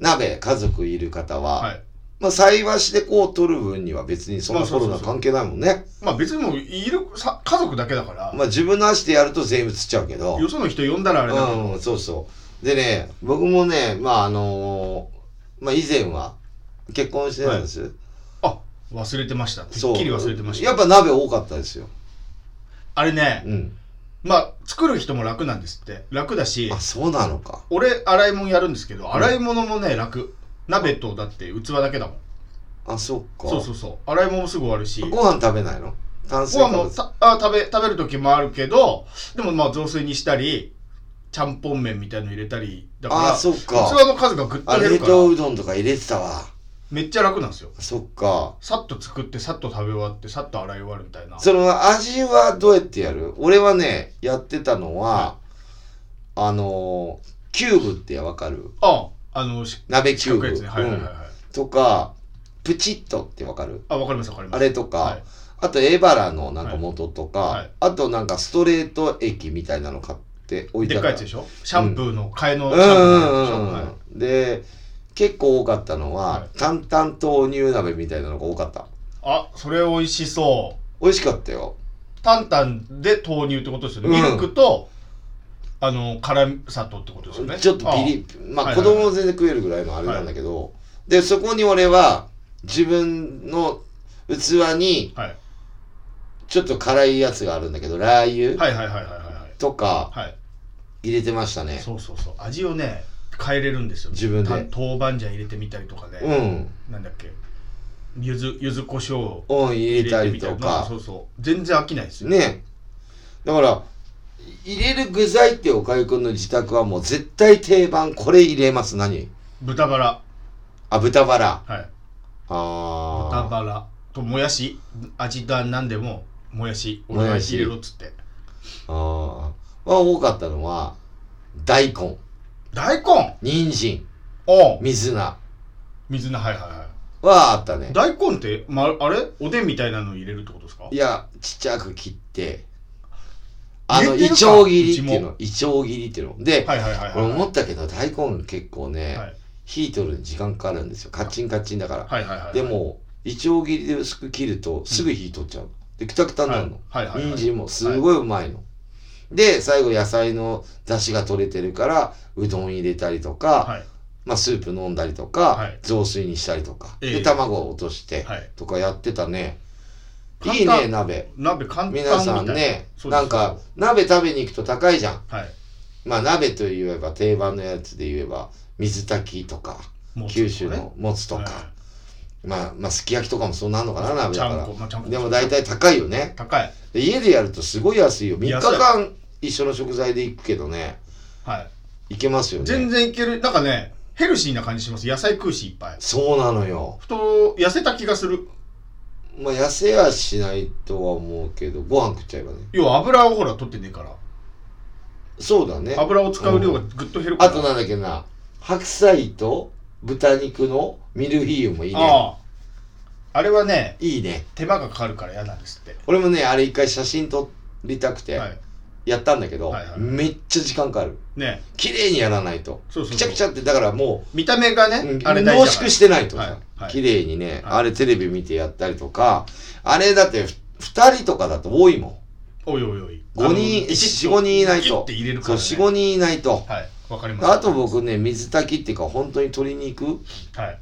A: 鍋家族いる方は、
B: はい。
A: まあ菜箸でこう取る分には別にそんなコロナ関係ないもんね
B: まあ別にもう、いる、さ家族だけだから、
A: まあ自分の足でやると全員映っちゃうけど
B: よその人呼んだらあれだけど、
A: うん、そうそう。でね、僕もね、まああのーまあ以前は結婚してたんです。
B: あ忘れてました。て
A: そう。
B: っきり忘れてました。
A: やっぱ鍋多かったですよ。
B: あれね、
A: うん。
B: まあ、作る人も楽なんですって。楽だし
A: あ、、そうなのか。
B: 俺、洗い物やるんですけど、洗い物もね、楽。鍋と、だって、器だけだもん。
A: あ、そっか。
B: そうそうそう。洗い物もすぐ終わるし、
A: ご飯食べないの炭水
B: ご
A: 化
B: 飯
A: 物
B: もたあ食べ、食べる時もあるけど、でもまあ、雑炊にしたり、ちゃんぽん麺みたいの入れたり、だから、
A: あそっか
B: 器の数がぐっと
A: あ、
B: 減
A: 冷
B: るから、
A: 凍うどんとか入れてたわ。
B: めっちゃ楽なんですよ。
A: そっか。
B: さっと作って、さっと食べ終わって、さっと洗い終わるみたいな。
A: その味はどうやってやる俺はね、やってたのは、あのーキューブってわかる
B: あ、あの、し
A: 鍋キュ
B: 四
A: ー
B: 角いやつね。はい
A: ブ。
B: はいはい、
A: うん
B: はい。
A: とか、プチッとってわかる
B: あ、わかりますわかります。
A: あれとか、
B: はい
A: あとエバラのなんか元とか、
B: はいはい
A: あとなんかストレート液みたいなの買って置いて
B: で
A: あ
B: っ
A: る
B: かいやつでしょシャンプーの替えの
A: う
B: シ
A: ん
B: ャン
A: うん
B: プ
A: うん
B: ー
A: うん、
B: のやつでしょはい
A: で結構多かったのは、
B: はい
A: 担々豆乳鍋みたいなのが多かった
B: あそれ美味しそ
A: 美味しかったよ
B: うタンタンで豆乳ってことですよね、
A: うん
B: ミルクとあの辛砂糖ってことですよね
A: ちょっとピリま
B: は
A: あ
B: い
A: 子
B: はいはい
A: 供も全然食えるぐらいのあれなんだけど、でそこに俺は自分の器に
B: あはい
A: ちょっと辛いやつがあるんだけどラー油
B: はいはいはいはいはい
A: とか
B: はい、はい、
A: 入れてましたね、
B: そうそうそう味をね変えれるんですよ
A: 自分で
B: た豆板醤入れてみたりとかね、
A: うん
B: なんだっけゆずゆず胡椒を
A: うん入れたり
B: 入
A: と
B: れてみまあ
A: か
B: そうそう全然飽きないですよ、
A: ねだから入れる具材って岡井くんの自宅はもう絶対定番これ入れます何
B: 豚バラ
A: あ豚バラ
B: はい豚
A: あ
B: バラともやし味だなんでももやし
A: も
B: 俺が
A: やし
B: 入れろっつって
A: ーあーは多かったのは大根
B: 大根
A: 人参
B: おう
A: 水菜
B: 水菜はいはいは
A: はあったね
B: い大根って、ま、あれおでんみたいなの入れるってことですか
A: いやちっちゃく切ってあの
B: 入れ
A: い
B: てるか
A: ちょう切りっていう
B: う
A: のいちょう切りっていうので、
B: はいはいはいはい
A: 俺思ったけど大根結構ね、
B: はい
A: 火取るのに時間かかるんですよカッチンカッチンだから、
B: はいはいはい
A: でも、いちょう切りで薄く切ると、すぐ火取っちゃう。で、くたくたになるの。
B: はいはいはいはい
A: 人参もすごいうまいの。で、最後野菜の出汁が取れてるから、うどん入れたりとか、
B: はい
A: まあスープ飲んだりと
B: は
A: か
B: い、
A: 雑炊にしたりとか、
B: ええ
A: で、卵を落として
B: はい、
A: とかやってたね。
B: 簡単
A: いいね、鍋。
B: 鍋簡単みたい
A: 皆さんね、
B: そうで
A: な
B: す
A: んか、鍋食べに行くと高いじゃん。
B: はい
A: まあ鍋といえば定番のやつで言えば、水炊きとか、
B: もう
A: 九州のもつと
B: はい
A: か、まあ、まあ、すき焼きとかもそうなるのかな、鍋
B: ち
A: だ
B: ゃ
A: か
B: んこ、まあ、ちゃ
A: ら
B: ん。こ
A: でも大体高いよね。
B: 高い
A: で家でやるとすごい安いよ。3日
B: 安い
A: 間一緒の食材で行くけどね、
B: はい
A: いけますよね。
B: 全然いけるなんかねヘルシーな感じします野菜食うしいっぱい
A: そうなのよ。
B: ふと痩せた気がする
A: まあ、痩せはしないとは思うけど、ご飯食っちゃえばね。
B: 要は油をほら取ってねえから
A: そうだね。
B: 油を使う量がぐっと減るから
A: あとなんだっけな、白菜と豚肉のミルフィーユもいいね。
B: あああれはね
A: いいね。
B: 手間がかかるから嫌なんですって
A: 俺もね、あれ一回写真撮りたくて、
B: はい
A: やったんだけど、
B: はいはい
A: めっちゃ時間かかる。
B: ね
A: 綺麗にやらないと。
B: そうそうそう
A: くちゃくちゃって、だからも
B: 見た目がね、
A: う、うん
B: あれ
A: 濃
B: 大事だから
A: 縮してないと
B: はい
A: さ
B: は、い
A: 綺麗にね、
B: はい
A: あれテレビ見てやったりとか、あれだってふ二人とかだと多いもん。
B: おいおいおい
A: 五人、四五人いないと。
B: って入れるか
A: そ
B: ら、
A: う、
B: ね、
A: 四五人いないと。
B: はいわかります
A: あと僕ね、水炊きっていうか、本当に鶏肉
B: はい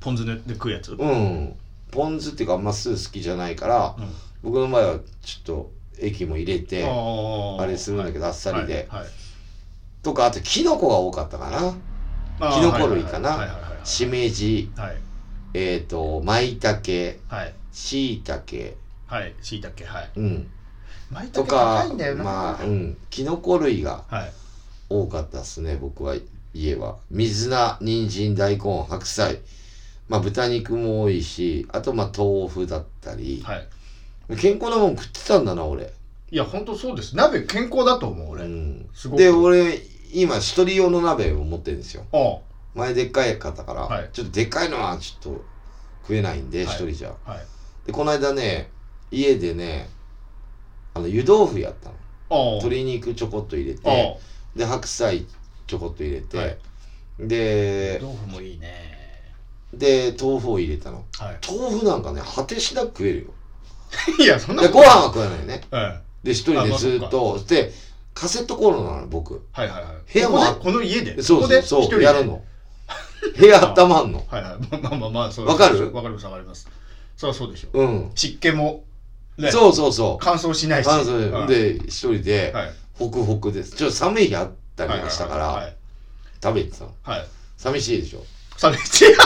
B: ポン酢で食うやつ、うん
A: うん。ポン酢っていうか、あんま酢好きじゃないから、
B: あ
A: 僕の場合はちょっと液も入れて、
B: ー
A: あれするんだけどあっさりで
B: はいはい
A: とか、あとキノコが多かったかな。
B: あー
A: キノコ類かな
B: はいはいはいはい
A: しめじ、
B: はい
A: えっ、と、舞茸、
B: はい
A: しいたけ、
B: はいしいたけはい
A: うん。
B: 舞
A: と
B: 茸
A: か
B: 高いんだよ、な、
A: まあ、うん。キノコ類が
B: はい
A: 多かったですね、僕は、家は。水菜、人参、大根、白菜。まあ、豚肉も多いし、あと、まあ、豆腐だったり。
B: はい
A: 健康なもん食ってたんだな、俺。
B: いや本当そうです鍋健康だと思う
A: う
B: 俺、
A: ん。
B: すごく
A: で、俺、今、一人用の鍋を持ってるんですよ。
B: ああ
A: 前でっかい買ったから、
B: はい
A: ちょっとでっかいのはちょっと食えないんで、
B: はい
A: 一人じゃ。
B: はい。
A: で、この間ね、家でね、あの、湯豆腐やったの。
B: ああ。
A: 鶏肉ちょこっと入れ
B: ああ
A: て、で、白菜ちょこっと入れて、
B: はい
A: で、
B: 豆腐もいいね。
A: で、豆腐を入れたの。
B: は
A: 豆腐なんかね、果てしなく食えるよ。
B: い。いや、そんな
A: で、
B: こと
A: ご飯は食わないよね。
B: はい
A: で、一人
B: あ
A: で
B: まあ
A: ずーっと、で、カセットコンロなの、僕。
B: はいはい。
A: 部屋も
B: こ
A: あ
B: こでこの家で。
A: そう
B: ここ
A: そ
B: で
A: う、
B: 一
A: そ
B: 人
A: う、
B: で
A: やる。の。部屋温まんの。
B: はいはい。まあまあまあまあ、そう
A: わかる
B: わかります、わかります。そりゃそうでしょ。
A: うん。
B: 湿気も、ね。う。
A: そうそうそう。
B: 乾燥しないし。、
A: あそううんで、一人で、
B: はい。
A: ホクホクです。ちょっと寒い日あった
B: はい
A: りもしたか
B: は
A: ら、
B: い。
A: 食べてたの。
B: はい。
A: 寂しいでしょ。
B: 寂しい。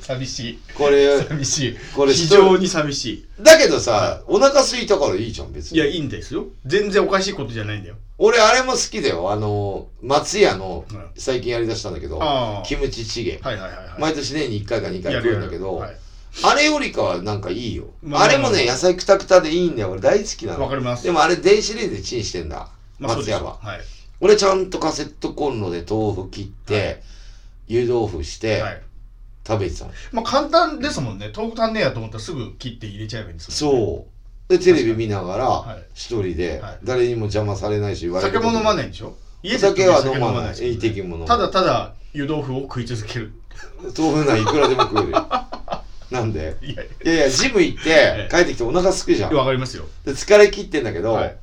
B: 寂しい。
A: これ、
B: 寂しい。
A: これ
B: 非常に寂しい。
A: だけどさ、お腹空いたからいいじゃん、別
B: いや、
A: に。
B: いいんですよ。全然おかしいことじゃないんだよ。
A: 俺、あれも好きだよ。あの、松屋の
B: うん、
A: 最近やりだしたんだけど
B: あー、
A: キムチチゲ。
B: はいはいはいはい。
A: 毎年年に1回か2回
B: や
A: 食
B: る
A: うん
B: や
A: だけ
B: る
A: ど
B: は、い
A: あれよりかはなんかいいよ。
B: まあ
A: あれもね、野菜くたくたでいいんだよ。俺大好きな
B: わか
A: の。
B: ります。
A: でもあれ、電子レンジでチンしてんだ。
B: まあそう
A: 松
B: でし
A: 屋
B: ょ
A: は。
B: はい。
A: 俺、ちゃんとカセットコンロで豆腐切って、湯豆腐して
B: は、い。
A: 食べてたの。
B: まあ簡単ですもんね。豆腐足んねえやと思ったらすぐ切って入れちゃえばいいんですもんね
A: そう。で、テレビ見なが
B: は
A: ら
B: い、
A: 一人で
B: はい、
A: 誰にも邪魔されないし、言われる
B: 酒
A: こと
B: も飲まないんでしょ家で
A: 酒は飲まない
B: 酒飲
A: 一滴も飲まない
B: ただただ湯豆腐を食い続ける。
A: 豆腐なんいくらでも食える よ。なんで
B: いやい
A: いやいや、ジム行って
B: え、
A: 帰ってきてお腹すくじゃん。
B: や、
A: で
B: わかりますよ。
A: 疲れ切ってんだけど
B: はい、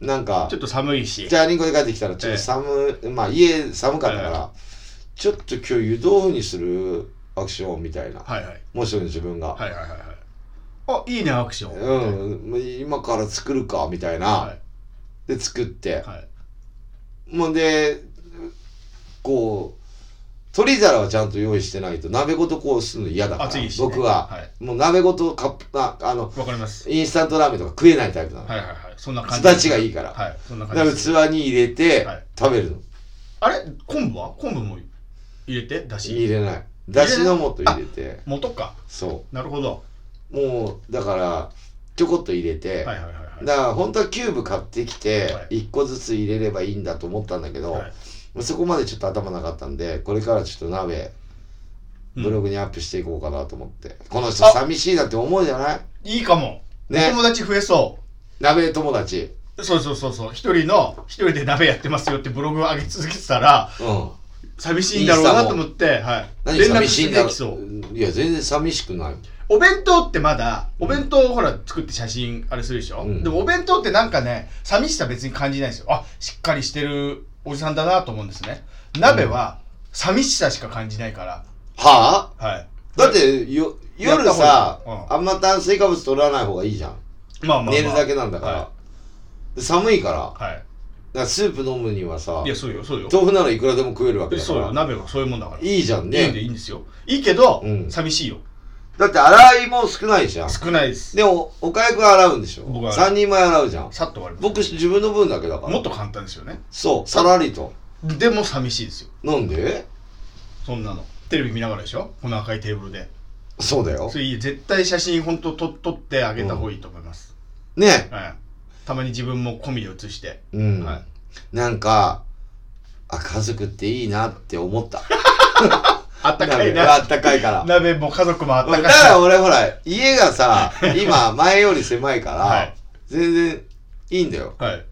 A: なんか
B: ちょっ、と寒いし
A: じ。ゃあリンゴで帰ってきたら、ちょっと寒い、まあ家寒かったか
B: はい
A: ら、ちょっと今日湯豆腐にするアクションみたいな。
B: はいはい。
A: もう一人の自分が。
B: はいはいはいはい。あ、いいね、アクション。
A: う。ん、今から作るか、みたい
B: は
A: な。で、作って
B: い。。はい。
A: もうで、こう、取り皿はちゃんと用意してないと、鍋ごとこうするの嫌だから、
B: 熱いしね
A: 僕は、
B: は
A: もう鍋ごとカップ、ああの、
B: わかります。
A: インスタントラーメンとか食えないタイプなの。
B: はいはいはい。そんな感
A: す
B: じ。
A: だちがいいから。
B: はい。そんな
A: だか
B: 感
A: ら
B: じです。
A: 器に入れて
B: はい
A: 食べるの。
B: あれ昆布は昆布も入れてだ
A: 入
B: し。
A: れない。だしの素入れて、
B: 元か。
A: そ
B: なるほど。
A: う。もう、だから、ちょこっと入れて、
B: はいはいはいはい。
A: だから本当はキューブ買ってきて
B: はい
A: 1個ずつ入れればいいんだと思ったんだけど、
B: はい
A: まあそこまでちょっと頭なかったんでこれからちょっと鍋
B: うん
A: ブログにアップしていこうかなと思って、この人
B: あ
A: 寂しいなって思うじゃない
B: いいかも。
A: ね
B: 友達増えそう。
A: 鍋友達
B: そうそうそうそう。一人の、一人で鍋やってますよってブログを上げ続けてたら、
A: うん
B: 寂しいんだろうなと思って、はい。
A: 何寂しいんだ
B: 連絡してきそう。
A: いや全然寂しくない
B: お弁当ってまだ、お弁当をほら作って写真あれするでしょ、
A: うん
B: でもお弁当ってなんかね、寂しさ別に感じないんですよ。あ、しっかりしてるおじさんだなと思うんですね。鍋は、寂しさしか感じないから。
A: はあ
B: はい。
A: だってよ
B: やっ
A: 夜
B: た方
A: さ
B: が、うん
A: あんま炭水化物取らない方がいいじゃん、
B: まあまあ、まあ、
A: 寝るだけなんだから、
B: は
A: で寒いからだか
B: い。はい。
A: らスープ飲むにはさ
B: いや、そうよ、そうよ。
A: 豆腐ならいくらでも食えるわけだか
B: そうよ、
A: ら
B: 鍋はそういうもんだから。い
A: いいじゃんね
B: いんでいいんですよ。いいけど、
A: うん
B: 寂しいよ。
A: だって洗いも少ないじゃん。
B: 少ないです。
A: でも、おかゆくん洗うんでしょ
B: 僕は洗う
A: ?3 人前洗うじゃん。
B: さっと終わります。
A: 僕、自分の分だけだから。
B: もっと簡単ですよね。
A: そう、さらりと。
B: でも寂しいですよ。
A: なんで
B: そんなの。テレビ見ながらでしょこの赤いテーブルで。
A: そうだよ
B: そ。れいい絶対写真本当と撮ってあげた方がいいと思います。
A: ね。
B: はい。たまに自分も込みで写して。
A: うん
B: は。
A: なんか、あ、家族っていいなって思 った。
B: あったかい
A: 鍋あ
B: な。
A: ったかいから。
B: 鍋も家族もあったか
A: だ
B: い。
A: から俺ほら、家がさ、今前より狭いか
B: は
A: ら
B: い、
A: 全然いいんだよ。
B: はい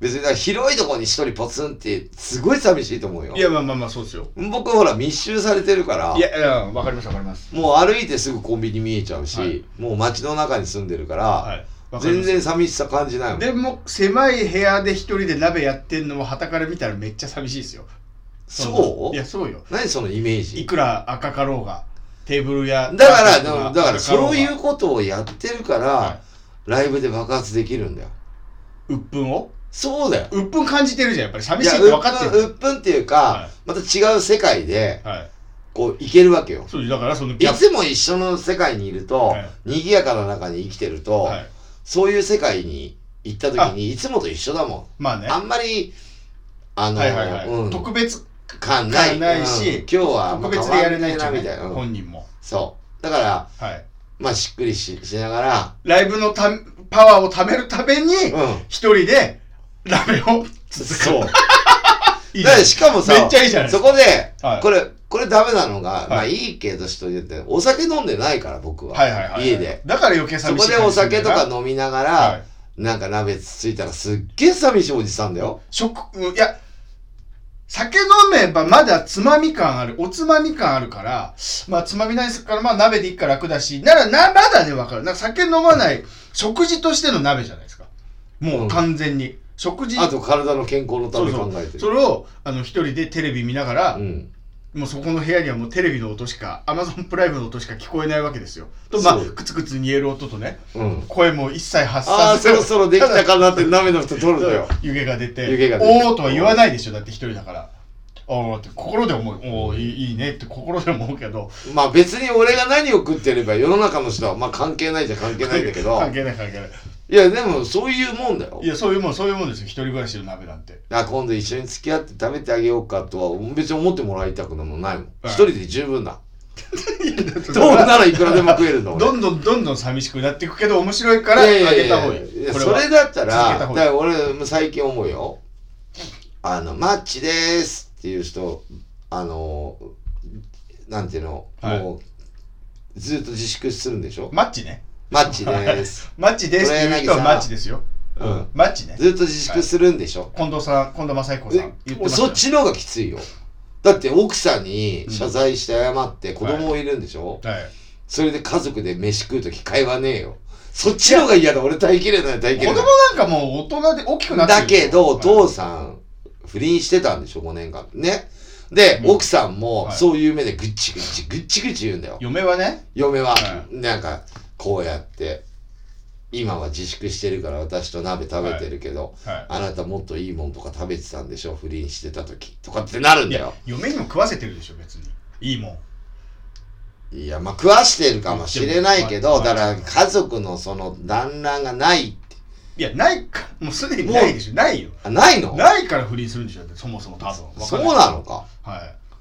A: 別にだから広いとこに一人ポツンってすごい寂しいと思うよ。
B: いやまあまあまあそうですよ
A: 僕ほら密集されてるから
B: い、やいやわかりますわかります
A: もう歩いてすぐコンビニ見えちゃうし、
B: はい
A: もう街の中に住んでるから、
B: はいわかり
A: 全
B: ます
A: 然寂しさ感じないもん。
B: でも狭い部屋で一人で鍋やってんのは傍から見たらめっちゃ寂しいですよ
A: そう
B: いやそうよ
A: 何そのイメー
B: い
A: ジ。
B: くら赤かろうがテーブルや
A: だから、
B: ラン
A: だ
B: チ
A: から
B: 赤ろ
A: そういううことをやってるから、
B: は
A: ライブで爆発できるんだよ。
B: うっぷんを
A: そうだよ。
B: うっぷん感じてるじゃんやっぱり寂しいっ
A: う
B: て
A: っ
B: 分かって
A: ぷん、うっ
B: る
A: ぷんっていうか、
B: は
A: また違う世界で、
B: はい
A: こう、行けるわけよ。
B: そうだからその
A: い
B: ギャップ
A: つも一緒の世界にいると、
B: はい
A: 賑やかな中に生きてると、
B: はい
A: そういう世界に行った時に、いつもと一緒だも
B: まあ
A: ん。
B: ね
A: あ
B: は
A: んまり、あの、
B: いはいはい、
A: うん、
B: 特別
A: 感ない
B: 感ないし
A: うん今日はあんま
B: 特別でやれないじ
A: 変
B: ゃん、
A: わんねえなみたいな、うん
B: 本人も
A: そうだから
B: はい
A: まあしっくりししながら
B: ライブのたパワーを貯めるために
A: うん
B: 一人でラメを
A: そう だ
B: いいじゃ
A: か
B: ん
A: らしかもさ
B: めっちゃいいじゃないで
A: そ
B: すか
A: こで、
B: はい
A: これこれダメなのが、
B: い
A: まあいいけどしと言ってお酒飲んでないから僕は,、
B: はいはいはい
A: 家で
B: だから余計
A: そ
B: 寂しい
A: こでお酒とか飲みながら、
B: はい
A: なんか鍋つついたらすっげえ寂しいおじさんだよ
B: 食うんいや酒飲めばまだつまみ感あるおつまみ感あるからまあつまみないですからまあ鍋でいいから楽だしならなまだねわかるなんか酒飲まない食事としての鍋じゃないですかもう完全に、食事
A: あと体の健康のた
B: そう
A: め
B: そ
A: 考
B: う
A: えてる
B: それをあの一人でテレビ見ながら、
A: うん
B: もうそこの部屋にはもうテレビの音しか Amazon プライムの音しか聞こえないわけですよとまあ
A: そう
B: クツクツ煮える音とね
A: うん
B: 声も一切発
A: ああ
B: 散
A: そろそろできたかなって鍋の人取るんだよ
B: 湯気が出て
A: 湯気が出て
B: おーとは言わないでしょだって一人だからおーって心で思うおおいいいいねって心で思うけど
A: まあ別に俺が何を食ってれば世の中の人はまあ関係ないじゃ関係ないんだけど
B: 関係ない関係ない
A: いやでもそういうもんだよ
B: いやそういうもんそういうもんですよ一人暮らしの鍋なんて
A: あ今度一緒に付き合って食べてあげようかとは別に思ってもらいたくなもないもん
B: はい
A: 一人で十分だどうならいくらでも食えるんだ俺
B: どんどんどんどん寂しくなっていくけど面白いから
A: いやい
B: あ
A: や
B: げ
A: い
B: た方が
A: や
B: い
A: い
B: い
A: や
B: これ
A: そ
B: は
A: れだったら
B: 続けた
A: だか
B: 方がいい
A: ら俺も最近思うよあのマッチですっていう人あのなんていうの、
B: はい
A: もうずっと自粛するんでしょ
B: マッチね
A: マッチです、
B: マッチですっていう人はマッチですよ、
A: うん
B: うんマッチね
A: ずっと自粛するんでしょ、
B: 近藤さん近藤正彦さん言ってました
A: そ
B: よ
A: っちの方がきついよだって奥さんに謝罪して謝って子供いるんでしょ、
B: はい
A: それで家族で飯食う時会話ねえよそっちの方が嫌だ俺耐えきれない耐え
B: 子
A: きれ
B: 供
A: ない
B: なんかもう大人で大きくなって
A: だ
B: るでし
A: け
B: ょ
A: どお
B: はい
A: 父さん不倫してたんでしょ5年間ねで、
B: うん
A: 奥さんも
B: はい
A: そういう目でぐっちぐっちぐっちぐち言うんだよ
B: 嫁はね
A: 嫁は
B: は
A: なんかこうやって今は自粛してるから私と鍋食べてるけど、
B: はい
A: あなたもっといいもんとか食べてたんでしょ不倫してた時とかってなるん
B: い
A: だ
B: や
A: よ、
B: 嫁にも食わせてるでしょ、別に。いいもん。
A: いや、まあ、食わしてるかもしれないけ
B: 言
A: ど、
B: って
A: だ
B: もま
A: か
B: あ
A: ら家族のその団らんがないって。
B: いや、ないか、もうすでにないでしょ、ないよ。
A: あ、ないの
B: ないから不倫するんでしょ、だってそもそも多分。わか
A: そ
B: ん
A: う
B: い
A: なのか。
B: は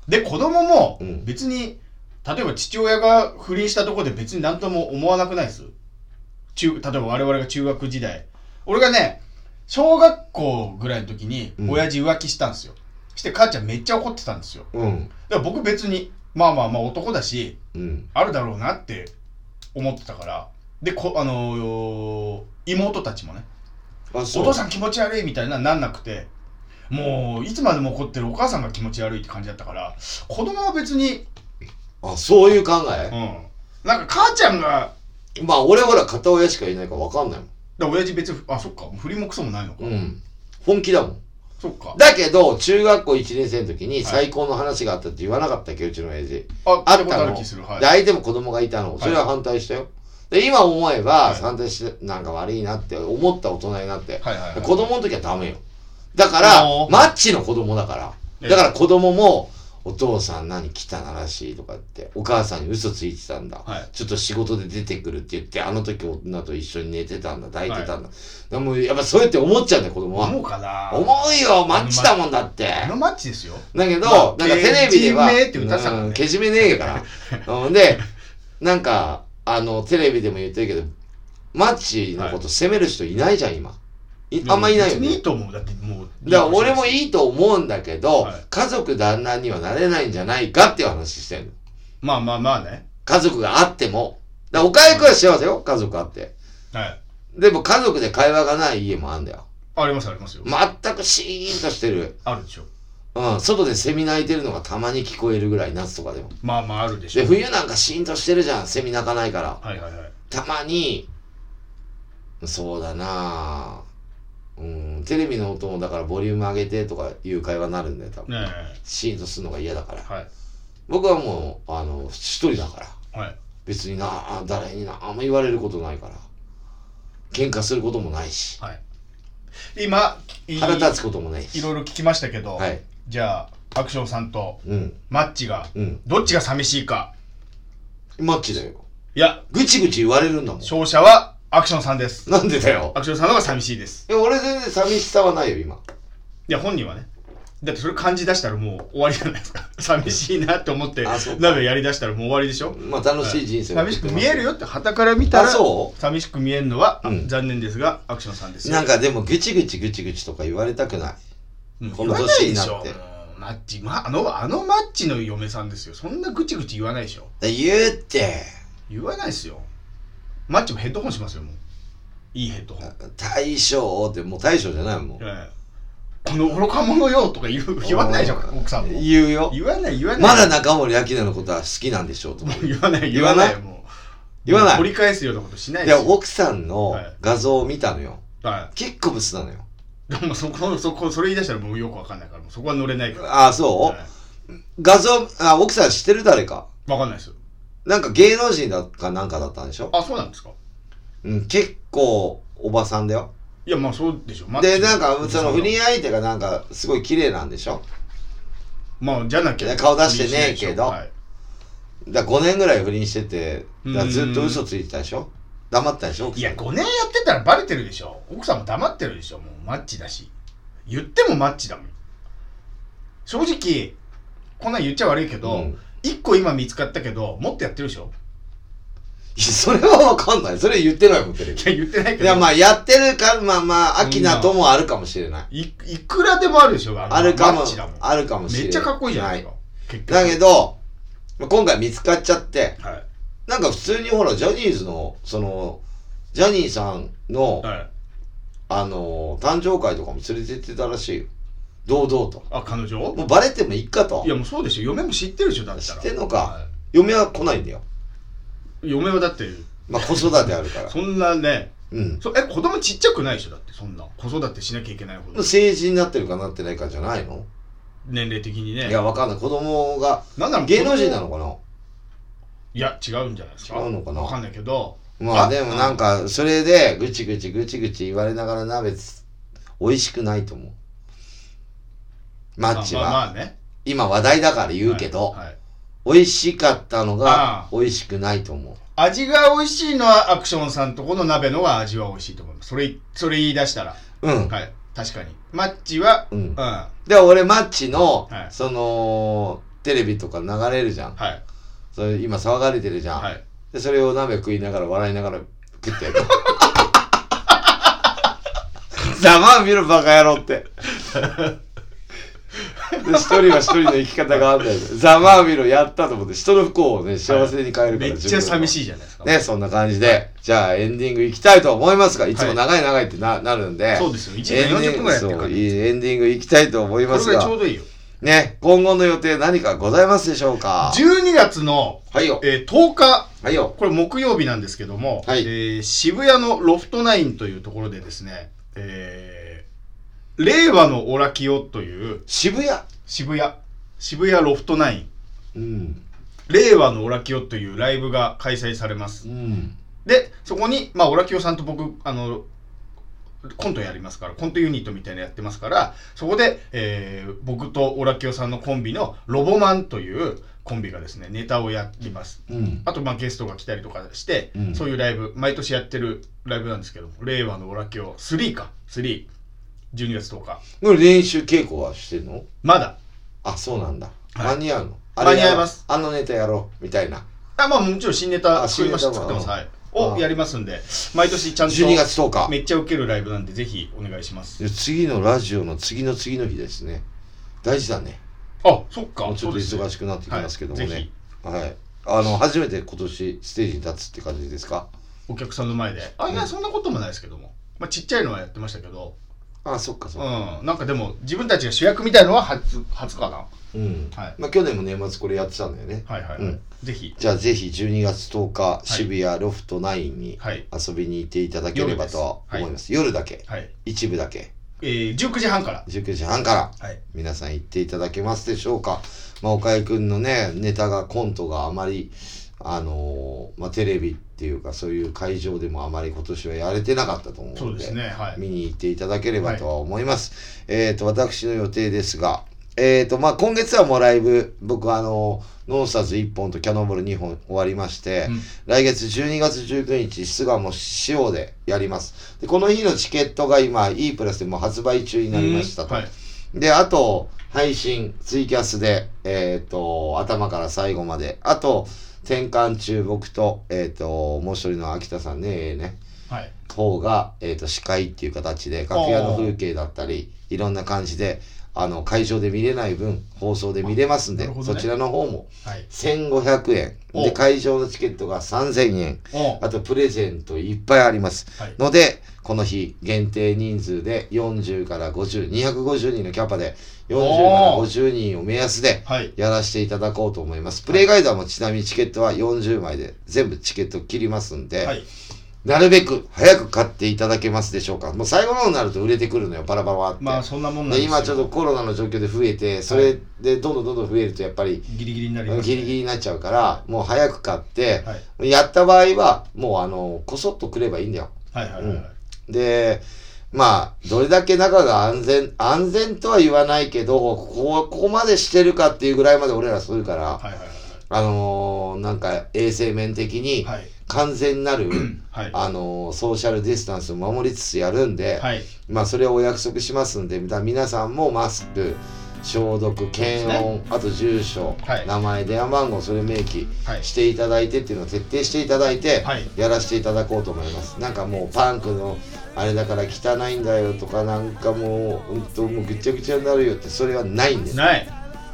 B: い。で、子供も
A: うん
B: 別に、例えば父親が不倫したところで別に何とも思わなくないです中例えば我々が中学時代。俺がね、小学校ぐらいの時に
A: うん
B: 親父浮気したんですよ。して母ちゃんめっちゃ怒ってたんですよ。
A: うん。
B: だから僕別に、まあまあまあ男だし、
A: うん。
B: あるだろうなって思ってたからでこあのー妹たちもね
A: あ、
B: お父さ
A: ん。
B: ん気持ち悪いみたいななんなくてもういつまでも怒ってるお母さんが気持ち悪いって感じだったから子供は別に、
A: あ、そういう考
B: う
A: え、
B: ん、なんか母ちゃんが
A: まあ、俺ほら片親しかいないから分かんないも
B: だ親父別にあそっか振りもクソもないのか、
A: ん。うん。本気だもん。
B: そっか
A: だけど、中学校1年生の時に最高の話があったって言わなかったっけ、うちの親父。
B: あ
A: あっ
B: 聞いたこと
A: た
B: ある
A: の。
B: 気するはい
A: で、相手も子供がいたの。それは反対したよ。で、今思え
B: は
A: ば、
B: い
A: 反対して、なんか悪いなって思った大人になって。
B: はいはいはい
A: 子供の時はダメよ。だから
B: お、ー
A: マッチの子供だから。だから子供も、お父さん何汚らしいとか言って、お母さんに嘘ついてたんだ。
B: はい
A: ちょっと仕事で出てくるって言って、あの時女と一緒に寝てたんだ、抱いてたんだ。でもやっぱそうやって思っちゃうんだよ、子供は。
B: 思うかな
A: 思うよ、マッチだもんだって。
B: あのマッチですよ
A: だけど、
B: まあ
A: なんかテレビでは、
B: けじめって歌ってたからね
A: うんけじめねえから。うんで、 なんか、あの、テレビでも言ってるけど、マッチのこと責める人いないじゃん、今。いあんまいないよ
B: 別にい
A: ね
B: い。と思うだってもう
A: だから俺も
B: い
A: いいと思うんだけど、
B: はい
A: 家族団らんにはなれないんじゃないかっていう話してるの。
B: まあまあまあね
A: 家族があっても。だから岡井くんは幸せよ、家族あって。
B: はい
A: でも家族で会話がない家もあんだよ。
B: ありますありますよ。
A: 全くシーンとしてる。
B: あるでしょ。
A: うん、外でセミ鳴いてるのがたまに聞こえるぐらい、夏とかでも。
B: まあまああるでし
A: で、
B: ょ。
A: 冬なんかシーンとしてるじゃん、セミ鳴かないから。
B: はいはいはい。
A: たまに、そうだなぁ。うん、テレビの音もだからボリューム上げてとかいう会話になるんだよ、多分。
B: ね
A: シーンとするのが嫌だから
B: え。。はい。
A: 僕はもう、あの、一人だから。
B: はい。
A: 別にな、誰にな、あんま言われることないから。喧嘩することもないし、
B: はい。今、い
A: 腹立つこともないし。
B: いろいろ聞きましたけど、
A: はい。
B: じゃあ、アクションさんと
A: うん、
B: マッチが、
A: うん。
B: どっちが寂しいか。
A: マッチだよ。
B: いや、
A: ぐちぐち言われるんだもん。
B: 勝者はアクションさんです。
A: なんでだよ
B: ア。クションさんの方が寂しいです。
A: いや、俺全然寂しさはないよ、今。
B: いや、本人はね。だってそれ感じ出したらもう終わりじゃないですか。 寂しいなって思って
A: あそう、か
B: 鍋やり出したらもう終わりでしょ。
A: まあ、楽しい人生を送
B: 寂
A: っ
B: してく
A: ます
B: 見えるよって旗から見たら
A: あそ
B: 寂しく見えるのは、あ
A: うん
B: 残念ですがアクションさんですよ
A: なんかでも、ぐちぐちぐちぐちとか言われたくない。
B: うん
A: こ
B: 言
A: の
B: わな
A: 年
B: い
A: に
B: で
A: な
B: し
A: って
B: ょもうマッチ、ま、あのあのマッチの嫁さんですよそんなぐちぐち言わないでしょ
A: 言うって、
B: 言わないですよマッチもヘッドホンしますよもういいヘッドホン、
A: 大将って、もう大将じゃないもん。
B: ええこの愚か者よとか言う言わないでしょ奥さんも
A: 言うよ。
B: 言わない言わない
A: まだ中森明菜のことは好きなんでしょうと思う。
B: 言わない
A: 言
B: 言
A: わ
B: わ
A: ない
B: ないもう
A: 言わない
B: 取り返すようなことしない
A: い
B: です
A: や、
B: よ
A: 奥さんの画像を見たのよ。
B: は
A: 結構ブスなのよ。
B: い でもそこそこそれ言い出したらもうよくわかんないからもうそこは乗れないから
A: ああ、そ
B: はいう
A: 画像、あ、奥さん知ってる誰か。
B: わかんないですよ
A: なんか芸能人だかなんかだったんでしょ
B: あそうなんですか
A: うん、結構おばさんだよ。
B: いやまあそうでしょマッチ
A: で、なんか、その不倫
B: 合
A: 相手がなんか、すごい綺麗なんでしょ
B: まあじゃなき
A: いや
B: ゃ
A: 顔出してねえけど
B: はい
A: だから5年ぐらい不倫してて、だからずっと
B: うん
A: 嘘ついてたでしょ黙ってたでしょ奥
B: い
A: さ
B: や
A: ん。
B: 5年やってたらバレてるでしょ奥さんも黙ってるでしょもうマッチだし言ってもマッチだもん正直こんなん言っちゃ悪いけ
A: う
B: ど、
A: ん
B: 一1個今見つかったけどもっとやってるでしょ
A: いやそれはわかんない。それ言ってないもん、テレビ
B: い。や言ってないけ
A: い
B: ど
A: や、まあ、やってるか、まあまあ、アキナともあるかもしれない。
B: いいくらでもあるでしょあの
A: あるかも
B: マッチだもん、
A: あるかもしれな
B: め
A: い。
B: っちゃかっこいいじゃないですか、結局
A: だけど、まあ今回見つかっちゃって、
B: はい
A: なんか普通にほら、ジャニーズの、その、ジャニーさんの、
B: はい、
A: あのー、誕生会とかも連れてってたらしいよ。堂々と。
B: あ彼女
A: もうバレてもいいかと
B: い。やもうそうでしょ嫁も知ってるでしょだった
A: 知
B: ら
A: ってんのか
B: は
A: 嫁は来ないんだよ。
B: い嫁はだって
A: まあ、子育てあるから。
B: そんなね
A: うん。
B: そえ子供ちっちゃくないでしょだってそんな子育てしなきゃいけないほど
A: 成人になってるかなってないかじゃないの
B: 年齢的にね
A: いや、わかんない。子供が、
B: なんなら
A: 芸能人な
B: の
A: のかない
B: や違うんじゃないですか
A: 違うのかな
B: わかんないけど
A: まあでもなんか、それで、ぐちぐちぐちぐち言われながら鍋つ、美味しくないと思う。マ
B: あ
A: ッチ
B: まあ
A: は、
B: まあね
A: 今話題だから言うけど、
B: はいはい
A: 美味しかったのが
B: ああ
A: 美味しくないと思う。
B: 味が美味しいのはアクションさんとこの鍋の方が味は美味しいと思いますそれそれ言い出したら
A: うん。
B: はい確かにマッチは
A: うん
B: うんは
A: で、俺、マッチの、
B: はい
A: その、テレビとか流れるじゃん。
B: い
A: それ今騒がれてるじゃん。
B: はい
A: で、それを鍋食いながら笑いながら食 ってやる。ざまあ見ろバカ野郎って。で、一人は一人の生き方があんだよね。ざまあ見ろやったと思って、人の不幸をね、幸せに変えるから、
B: めっちゃ寂し
A: い。
B: いじゃないですか
A: ね、そんな感じで、じゃあエンディング行きたいと思いますが、いつも長い長いってな,、なるんで。
B: そうですよ1時
A: エン
B: 間
A: ディン
B: 40
A: グ
B: 分ぐらいやっ
A: そ
B: てるから
A: ういいエンディング行きたいと思い
B: こ
A: ま
B: れ
A: す
B: ぐらいちょ
A: が
B: う、どいいよ
A: ね、今後の予定何かございますでしょうか
B: 12月の、
A: はいよ。
B: えー10日
A: はいよ。
B: これ木曜日なんですけども、
A: はい
B: えー渋谷のロフトナインというところでですね、えー令和のオラキオという
A: 渋谷。
B: 渋谷、渋谷ロフトナイ
A: う
B: ン、
A: ん。
B: 令和のオラキオというライブが開催されま
A: う
B: す。
A: ん。
B: で、そこに、まあ、オラキオさんと僕、あの、コントやりますから、コントユニットみたいなのやってますから、そこで、えー僕とオラキオさんのコンビのロボマンというコンビがですね、ネタをやります。
A: うん。
B: あとまあゲストが来たりとかして、
A: うん
B: そういうライブ毎年やってるライブなんですけど令和のオラキオ3か312月10日
A: これ練習稽古はしてんの
B: まだ
A: あ、そうなんだ。
B: はい
A: 間に合うの
B: 間に合います。
A: あれやろうあのネタやろう。みたいな。
B: あまあもちろん新ネ
A: あ
B: タ作りまし
A: 新ネ
B: 作っ
A: タも
B: てますはい
A: あ
B: を
A: あ
B: やりますんで毎年ちゃんと
A: 12月10日。
B: めっちゃウケるライブなんでぜひお願いします
A: で次のラジオの次の次の日ですね。大事だね。
B: あそっか
A: もうちょっと
B: そう
A: 忙
B: です
A: しくなってきますけども
B: はいぜ
A: ね。はい。あの、初めて今年ステージに立つって感じですか
B: ねお客さんの前であいやそんなこともないですけども、まあ、ちっちゃいのはやってましたけど
A: あそっかそっか
B: うんなんかでも自分たちが主役みたいのは初初かな
A: うん、
B: はい
A: まあ去年も年末これやってたんだよね
B: はいはい、はい
A: うん
B: ぜひ
A: じゃあぜひ12月10日、渋谷ロフト9に
B: はい
A: 遊びに行っていただければとは思います。夜だけ、
B: はい
A: 一部だけ、
B: えー、19時半から
A: 19時半から
B: はい
A: 皆さん行っていただけますでしょうか。まあ、岡井くんのね、ネタが、コントがあまり、あのーまあ、テレビっていうかそういう会場でもあまり今年はやれてなかったと思うので、
B: そうですねはい
A: 見に行っていただければとは思います。えっ、と、私の予定ですが、えっ、と、まあ、今月はもうライブ、僕はあの、ノンスターズ1本とキャノンボール2本終わりまして、
B: うん
A: 来月12月19日、巣鴨塩でやります。で、この日のチケットが今、E プラスでもう発売中になりましたと。
B: うんはい
A: で、あと、配信、ツイキャスで、えっ、と、頭から最後まで。あと、転換中、僕と、えっ、と、もう一人の秋田さんね、ええね。
B: はい
A: 方が、えー、と司会っていう形で楽屋の風景だったりいろんな感じであの会場で見れない分放送で見れますんで、
B: あなるほど
A: そ
B: ね
A: ちらの方も
B: はい
A: 1500円
B: お
A: で会場のチケットが3000円
B: お
A: あとプレゼントいっぱいあります、
B: はい
A: のでこの日限定人数で40から50250人のキャパで40から50人を目安で
B: はい
A: やらせていただこうと思いますプレイガイダーもちなみにチケットは40枚で全部チケット切りますんで、
B: はい
A: なるべく早く買っていただけますでしょうか。もう最後の方になると売れてくるのよ、バラバラって。
B: まあそんなもんなん
A: で
B: ですよ
A: 今ちょっとコロナの状況で増えて、それでどんどんどんどん増えるとやっぱり
B: ギリギリになります
A: ギリギリになっちゃうから、もう早く買って、
B: はい
A: やった場合は、もうあの、こそっとくればいいんだよ。
B: はいはいはいはい
A: で、まあ、どれだけ中が安全、安全とは言わないけど、ここ、ここまでしてるかっていうぐらいまで俺らするから、
B: はいはい
A: あのーなんか衛生面的に
B: はい
A: 完全なる、
B: はい
A: あのーソーシャルディスタンスを守りつつやるんで、
B: はい
A: まあそれをお約束しますんでだ皆さんもマスク消毒検温、あと住所、
B: はい
A: 名前電話番号それ明記
B: はい
A: していただいてっていうのを徹底していただいて、
B: はい
A: やらせていただこうと思いますなんかもうパンクのあれだから汚いんだよとかなんかもううんともうぐちゃぐちゃになるよってそれはないんです
B: ない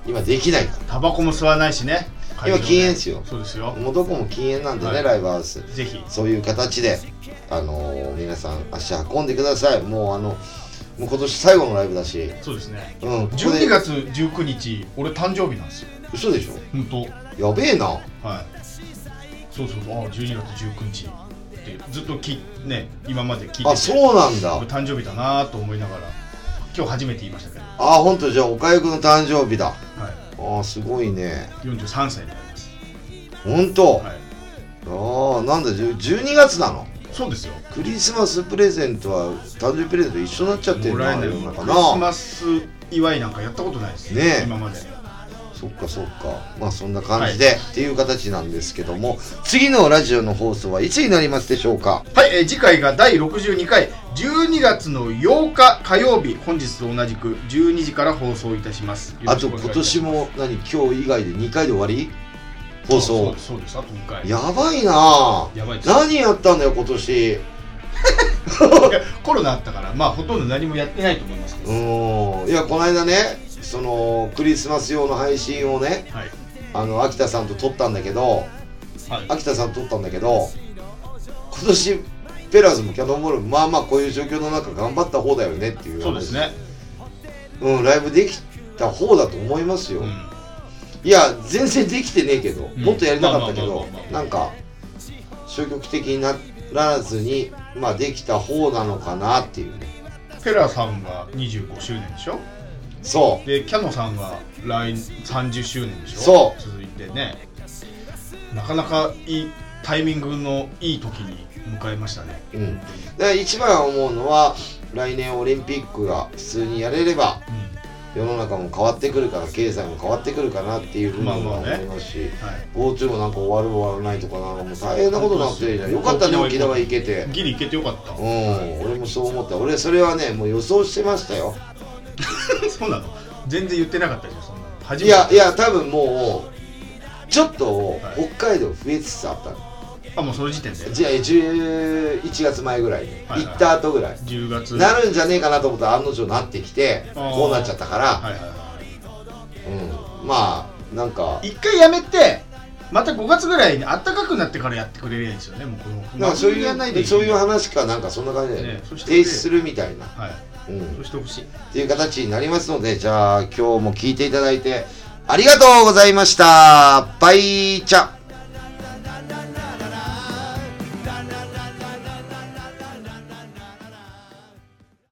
A: 今できないから
B: タバコも吸わないしね
A: 今
B: 会場
A: 禁煙ですよ
B: そうですよ
A: もうどこも禁煙なんでね、
B: はい
A: ライブハウス
B: ぜひ
A: そういう形で、あのー皆さん足運んでくださいもうあのもう今年最後のライブだし
B: そうですね
A: うんここで
B: 12月19日俺誕生日なんですよ
A: 嘘でし
B: 本当
A: ょやべえな
B: はい。そうそう、ああ、12月19日ってずっときね今まで聞いてて
A: あそうなんだ
B: 誕生日だなと思いながら今日初めて言いましたけど、は
A: あ本当じゃあ岡井くんの誕生日だ
B: い、
A: あーすごいね
B: 43歳になります。
A: 本当、
B: はい。
A: ああなんだじゅ12月なの
B: そうですよ。
A: クリスマスプレゼントは誕生日プレゼント一緒になっちゃってる
B: もら
A: な
B: えない
A: 世
B: よ
A: の
B: ク
A: 中
B: リス
A: な
B: マス祝いなんかやったことないです
A: ねえ
B: 今まで。
A: そっかそっかまあそんな感じで、っていう形なんですけども次のラジオの放送はいつになりますでしょうか
B: はい、えー次回が第62回12月の8日火曜日本日と同じく12時から放送いたします。よ
A: あ
B: ろし
A: と
B: くお願いい
A: 今
B: たします
A: 年も何今日以外で2回で終わり放
B: そう
A: 送
B: ですそうですあと2回。
A: やばいな
B: やばいです
A: 何やったんだよ今年う
B: いや コロナあったからまあほとんど何もやってないと思いますけど、
A: ーんいやこの間ねそのクリスマス用の配信をね
B: はい
A: あの秋田さんと撮ったんだけど
B: はい
A: 秋田さんと撮ったんだけど今年ペラーズもキャノンボールもまあまあこういう状況の中頑張った方だよねっていう
B: そうですね
A: うんライブできた方だと思いますよ、
B: うん
A: いや全然できてねえけど、
B: うん
A: もっとやりたかったけ
B: まあ
A: ど
B: まあまあまあ
A: なんか消極的にならずにまあできた方なのかなっていうね
B: ペラさんが25周年でしょ
A: そ
B: でキャノさんが来30周年でしょ
A: そう
B: 続いてねなかなかいいタイミングのいい時に迎えましたね
A: ううんで一番思うのは来年オリンピックが普通にやれれば
B: うん
A: 世の中も変わってくるから経済も変わってくるかなっていうふうには
B: まあ
A: 思
B: まあね
A: いますし
B: はい
A: GoTo もなんか終わる終わらないとかなんかもう大変なことになってるじゃんよかったね沖縄行けて
B: ギリ行けてよかっ
A: うん俺もそう思った俺それはねもう予想してましたよ
B: たそうなの全然言ってなかったでしょそんなの初
A: い
B: めて
A: やいや多分もうちょっと
B: はい
A: 北海道増えつつあったの
B: あもうその時点で
A: じゃあ11月前ぐらいに
B: はいはい
A: 行った後ぐらい
B: 10月
A: なるんじゃねえかなと思ったら案の定なってきて
B: あー
A: こうなっちゃったか
B: は
A: ら
B: いはいはい
A: うんまあなんか
B: 一回やめてまた5月ぐらいに暖かくなってからやってくれるんですよねもうこの
A: なんかそう
B: 真冬
A: い
B: やんなで
A: うそういう話かなんかそんな感じだよ
B: ね
A: ね
B: そして
A: 提出するみたいな、
B: はい
A: うん、
B: そうしてほしい
A: っていう形になりますのでじゃあ今日も聞いていただいてありがとうございましたバイチャ